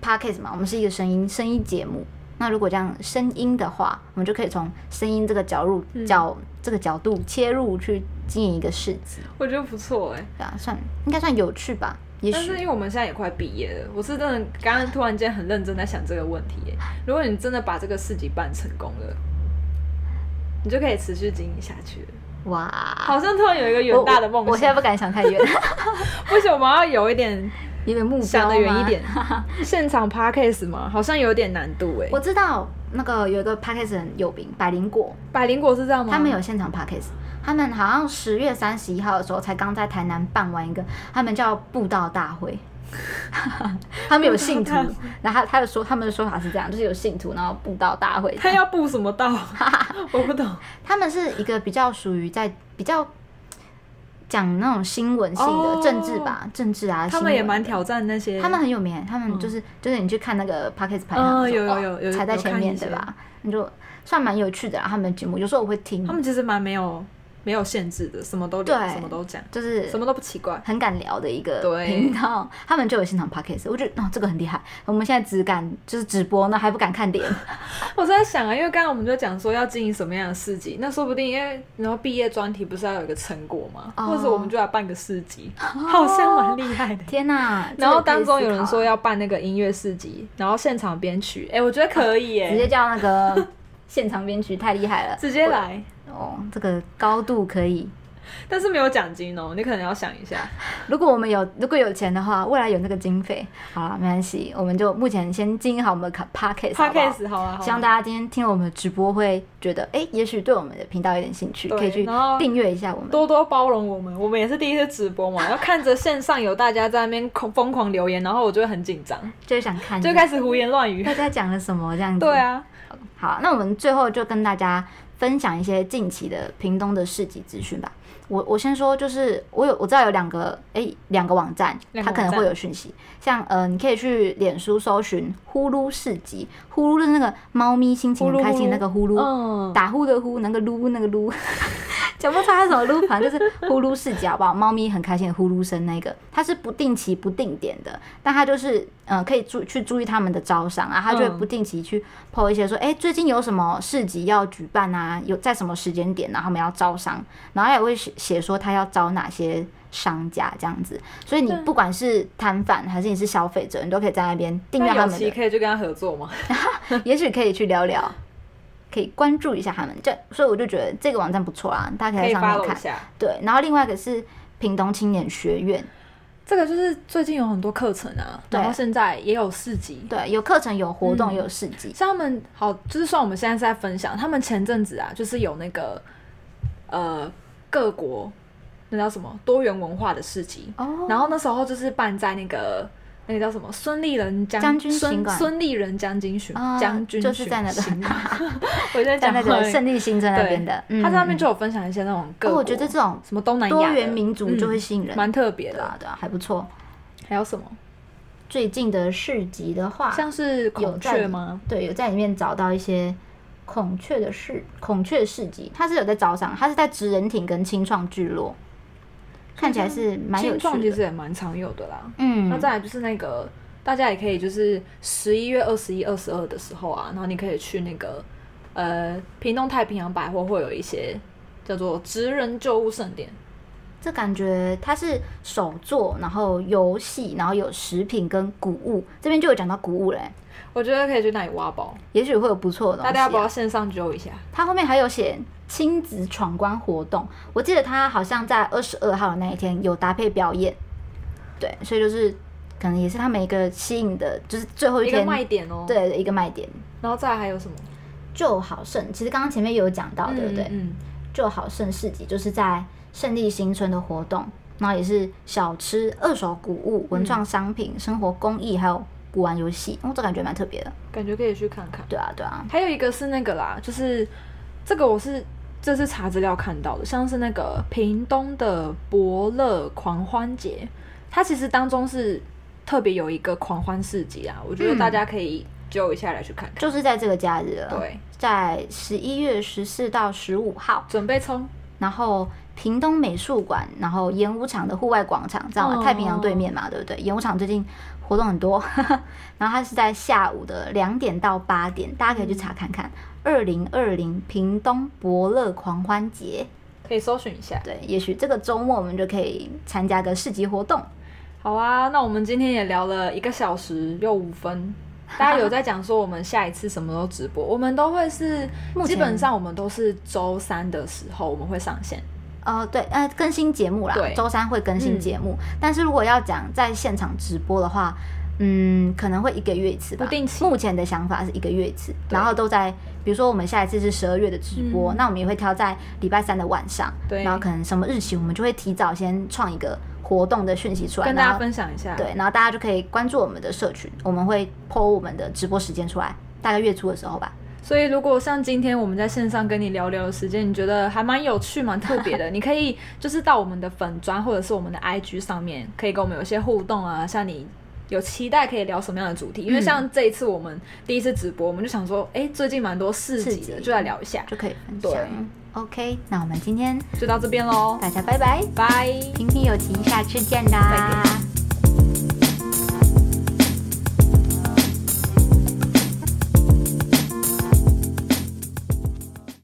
Speaker 1: podcast 嘛，我们是一个声音声音节目。那如果这样声音的话，我们就可以从声音这个角入
Speaker 2: 嗯
Speaker 1: 角、这个角度切入去经营一个市集，
Speaker 2: 我觉得不错哎、
Speaker 1: 对啊，算应该算有趣吧，也
Speaker 2: 但是因
Speaker 1: 许
Speaker 2: 为我们现在也快毕业了，我是真的刚刚突然间很认真在想这个问题、耶。如果你真的把这个市集办成功了，你就可以持续经营下去了。
Speaker 1: 哇，
Speaker 2: 好像突然有一个
Speaker 1: 我
Speaker 2: 远大的梦想。
Speaker 1: 我，我现在不敢想太 远，
Speaker 2: 不行，我们要有一点
Speaker 1: 有点目标
Speaker 2: 想的远一
Speaker 1: 吗
Speaker 2: 点。现场 podcast 嘛，好像有点难度哎、
Speaker 1: 我知道那个有一个 podcast 很有名，百灵果，
Speaker 2: 百灵果是这样吗？
Speaker 1: 他们有现场 podcast，他们好像十月三十一号的时候才刚在台南办完一个，他们叫布道大会。 他们有信徒
Speaker 2: 布道大会，
Speaker 1: 然后他他的说他们的说法是这样，就是有信徒，然后布道大会这
Speaker 2: 他
Speaker 1: 样。
Speaker 2: 要布什 么道？我不懂。
Speaker 1: 他们是一个比较属于在比较讲那种新闻性的
Speaker 2: 哦
Speaker 1: 政治吧，政治啊，
Speaker 2: 他
Speaker 1: 新
Speaker 2: 们
Speaker 1: 闻
Speaker 2: 也蛮挑战那些，
Speaker 1: 他们很有名，欸他们就是、就是你去看那个 p o c k e t 排行榜的时候，
Speaker 2: 嗯有有有有
Speaker 1: 哦踩在前
Speaker 2: 有看
Speaker 1: 面
Speaker 2: 一些
Speaker 1: 对吧？你就算蛮有趣的啦，啊他们的节目有时候我会听
Speaker 2: 他，们其实蛮没有没有限制的，什么都聊，
Speaker 1: 对
Speaker 2: 什么都讲，
Speaker 1: 就是
Speaker 2: 什么都不奇怪。
Speaker 1: 很敢聊的一个
Speaker 2: 对
Speaker 1: 频道，他们就有现场 podcast，我觉得哦这个很厉害。我们现在只敢就是直播，那还不敢 看脸，
Speaker 2: 我在想啊，因为刚刚我们就讲说要经营什么样的市集，那说不定因为然后毕业专题不是要有一个成果吗？
Speaker 1: 哦
Speaker 2: 或者我们就来办个市 集，好像蛮厉害的。
Speaker 1: 天哪！
Speaker 2: 然后
Speaker 1: 这
Speaker 2: 当
Speaker 1: 个可以思考啊
Speaker 2: 中有人说要办那个音乐市集，然后现场编曲，哎、我觉得可以耶、
Speaker 1: 啊直接叫那个 现场编曲，太厉害了，
Speaker 2: 直接来，
Speaker 1: 哦，这个高度可以。
Speaker 2: 但是没有奖金哦，你可能要想一下。
Speaker 1: 如果我们有如果有钱的话，未来有那个经费，好了，没关系，我们就目前先经营好我们的 podcast，好不好
Speaker 2: Podcast 好啊，好
Speaker 1: 希望
Speaker 2: 啊
Speaker 1: 大家今天听了我们的直播，会觉得哎、诶也许对我们的频道有点兴趣，
Speaker 2: 对
Speaker 1: 可以去
Speaker 2: 然后
Speaker 1: 订阅一下我们。
Speaker 2: 多多包容我们，我们也是第一次直播嘛，要看着线上有大家在那边狂疯狂留言，然后我就会很紧张，
Speaker 1: 就是想看一
Speaker 2: 就
Speaker 1: 下
Speaker 2: 开始胡言乱语
Speaker 1: 大。家讲了什么这样子。
Speaker 2: 对，啊，
Speaker 1: 好，那我们最后就跟大家分享一些近期的屏东的市集资讯吧。我我先说，就是我有我知道有两个哎两、个网站，
Speaker 2: 两个
Speaker 1: 它可能
Speaker 2: 网站
Speaker 1: 会有讯息，像呃你可以去脸书搜寻呼噜市集，呼噜的那个猫咪心情
Speaker 2: 呼噜
Speaker 1: 很开
Speaker 2: 呼
Speaker 1: 心
Speaker 2: 噜
Speaker 1: 那个呼噜，
Speaker 2: 嗯，
Speaker 1: 打呼的呼，那个噜那个噜， 讲不出来是什么噜，反正就是呼噜视角，好不好？猫咪很开心的呼噜声，那个它是不定期、不定点的，但它就是呃可以注去注意它们的招商啊，它就会
Speaker 2: 嗯
Speaker 1: 不定期去 PO 一些说，哎、最近有什么市集要举办啊？有在什么时间点，然后他们要招商，然后它也会写写说他要招哪些。商家这样子，所以你不管是摊贩还是你是消费者，你都可以在那边订阅
Speaker 2: 那
Speaker 1: 他
Speaker 2: 有
Speaker 1: 们的
Speaker 2: 期可以去跟他合作吗？
Speaker 1: 也许可以去聊聊，可以关注一下他们。这所以我就觉得这个网站不错啊，大家可
Speaker 2: 可
Speaker 1: 以
Speaker 2: 以
Speaker 1: 在上
Speaker 2: follow
Speaker 1: 面
Speaker 2: 一
Speaker 1: 看。
Speaker 2: 下。
Speaker 1: 对，然后另外一个是屏东青年学院，
Speaker 2: 这个就是最近有很多课程啊，
Speaker 1: 对
Speaker 2: 然后现在也有市集。
Speaker 1: 对，有课程、有活动、
Speaker 2: 嗯
Speaker 1: 有市集。
Speaker 2: 像他们好，就是算我们现在是在分享，他们前阵子啊，就是有那个呃各国那叫什么多元文化的市集，
Speaker 1: 哦，
Speaker 2: 然后嗯那时候就是办在那个那个叫什么孙立人将
Speaker 1: 将军行
Speaker 2: 孙
Speaker 1: 馆
Speaker 2: 孙立人将军巡
Speaker 1: 啊
Speaker 2: 将军
Speaker 1: 就是在那个
Speaker 2: 巡行馆 我现
Speaker 1: 在
Speaker 2: 在讲
Speaker 1: 那个胜
Speaker 2: 立
Speaker 1: 利新村那边的，嗯
Speaker 2: 他在那边
Speaker 1: 嗯
Speaker 2: 就有分享一些那种各
Speaker 1: 哦，
Speaker 2: 国，
Speaker 1: 我觉得这种
Speaker 2: 什么东南亚的
Speaker 1: 多元民族就会吸引人，
Speaker 2: 嗯蛮特别
Speaker 1: 对
Speaker 2: 的。
Speaker 1: 啊，对啊，还不错。
Speaker 2: 还有什么？
Speaker 1: 最近的市集的话，
Speaker 2: 像是
Speaker 1: 有
Speaker 2: 孔
Speaker 1: 在
Speaker 2: 雀吗？？
Speaker 1: 对，有在里面找到一些孔雀的市孔雀市集，它是有在早上，它是在职人亭跟青创聚落，看起来是蛮有
Speaker 2: 青创
Speaker 1: 趣
Speaker 2: 其实
Speaker 1: 的。
Speaker 2: 也蛮常有的啦。那
Speaker 1: 嗯，
Speaker 2: 再来就是那个，大家也可以就是十一月二十一、二十二的时候啊，然后你可以去那个呃屏东太平洋百货会有一些叫做职人旧物盛典，
Speaker 1: 这感觉它是手作，然后游戏，然后有食品跟谷物，这边就有讲到谷物嘞，
Speaker 2: 我觉得可以去那里挖宝，
Speaker 1: 也许会有不错的东西、啊
Speaker 2: 大家要不要？线上揪一下？
Speaker 1: 它后面还有写亲子闯关活动，我记得它好像在二十二号的那一天有搭配表演，对，所以就是可能也是他们一个吸引的，就是最后
Speaker 2: 一
Speaker 1: 天
Speaker 2: 个卖点哦。，
Speaker 1: 对一个卖点。
Speaker 2: 然后再来还有什么？
Speaker 1: 旧好胜，其实刚刚前面也有讲到，哦对不对？
Speaker 2: 嗯，
Speaker 1: 旧好胜市集就是在胜利新村的活动，然后也是小吃、二手古物、文创商品、生活工艺，还有古玩游戏，哦，这感觉蛮特别的。
Speaker 2: 感觉可以去看看。
Speaker 1: 对啊，对啊，
Speaker 2: 还有一个是那个啦，就是这个我是这是查资料看到的，像是那个屏东的伯乐狂欢节，它其实当中是特别有一个狂欢市集啊，我觉得
Speaker 1: 嗯
Speaker 2: 大家可以揪一下来去看看。
Speaker 1: 就是在这个假日了，
Speaker 2: 对，
Speaker 1: 在十一月十四到十五号，
Speaker 2: 准备冲，
Speaker 1: 然后屏东美术馆，然后演武场的户外广场，知道吗？
Speaker 2: 哦
Speaker 1: 太平洋对面嘛，对不对？演武场最近活动很多， 然后它是在下午的两点到八点，大家可以去查看看。二零二零屏东伯乐狂欢节，
Speaker 2: 可以搜寻一下。
Speaker 1: 对，也许这个周末我们就可以参加个市集活动。
Speaker 2: 好啊，那我们今天也聊了一个小时又五分。大家有在讲说我们下一次什么时候直播？我们都会是
Speaker 1: 目，前
Speaker 2: 基本上我们都是周三的时候我们会上线。
Speaker 1: 哦，对，呃，更新节目啦
Speaker 2: 对，嗯
Speaker 1: 周三会更新节目。但是如果要讲在现场直播的话，嗯，可能会一个月一次吧。
Speaker 2: 不定期
Speaker 1: 目前的想法是一个月一次，
Speaker 2: 对
Speaker 1: 然后都在，比如说我们下一次是十二月的直播，
Speaker 2: 嗯
Speaker 1: 那我们也会挑在礼拜三的晚上，
Speaker 2: 对
Speaker 1: 然后可能什么日期，我们就会提早先创一个活动的讯息出来，
Speaker 2: 跟大
Speaker 1: 然
Speaker 2: 家
Speaker 1: 后
Speaker 2: 分享一下。
Speaker 1: 对，然后大家就可以关注我们的社群，我们会 PO 我们的直播时间出来，大概月初的时候吧。
Speaker 2: 所以如果像今天我们在线上跟你聊聊的时间，你觉得还蛮有趣、蛮特别 的，你可以就是到我们的粉砖或者是我们的 IG 上面，可以跟我们有一些互动啊，像你。有期待可以聊什么样的主题？因为
Speaker 1: 嗯
Speaker 2: 像这一次我们第一次直播，我们就想说，哎、最近蛮多市
Speaker 1: 市
Speaker 2: 集的，
Speaker 1: 集
Speaker 2: 就来聊一下，
Speaker 1: 就可以分
Speaker 2: 对
Speaker 1: 享。OK，那我们今天
Speaker 2: 就到这边喽，
Speaker 1: 大家拜拜，
Speaker 2: 拜。
Speaker 1: 平平有情，下次见啦。
Speaker 2: 拜拜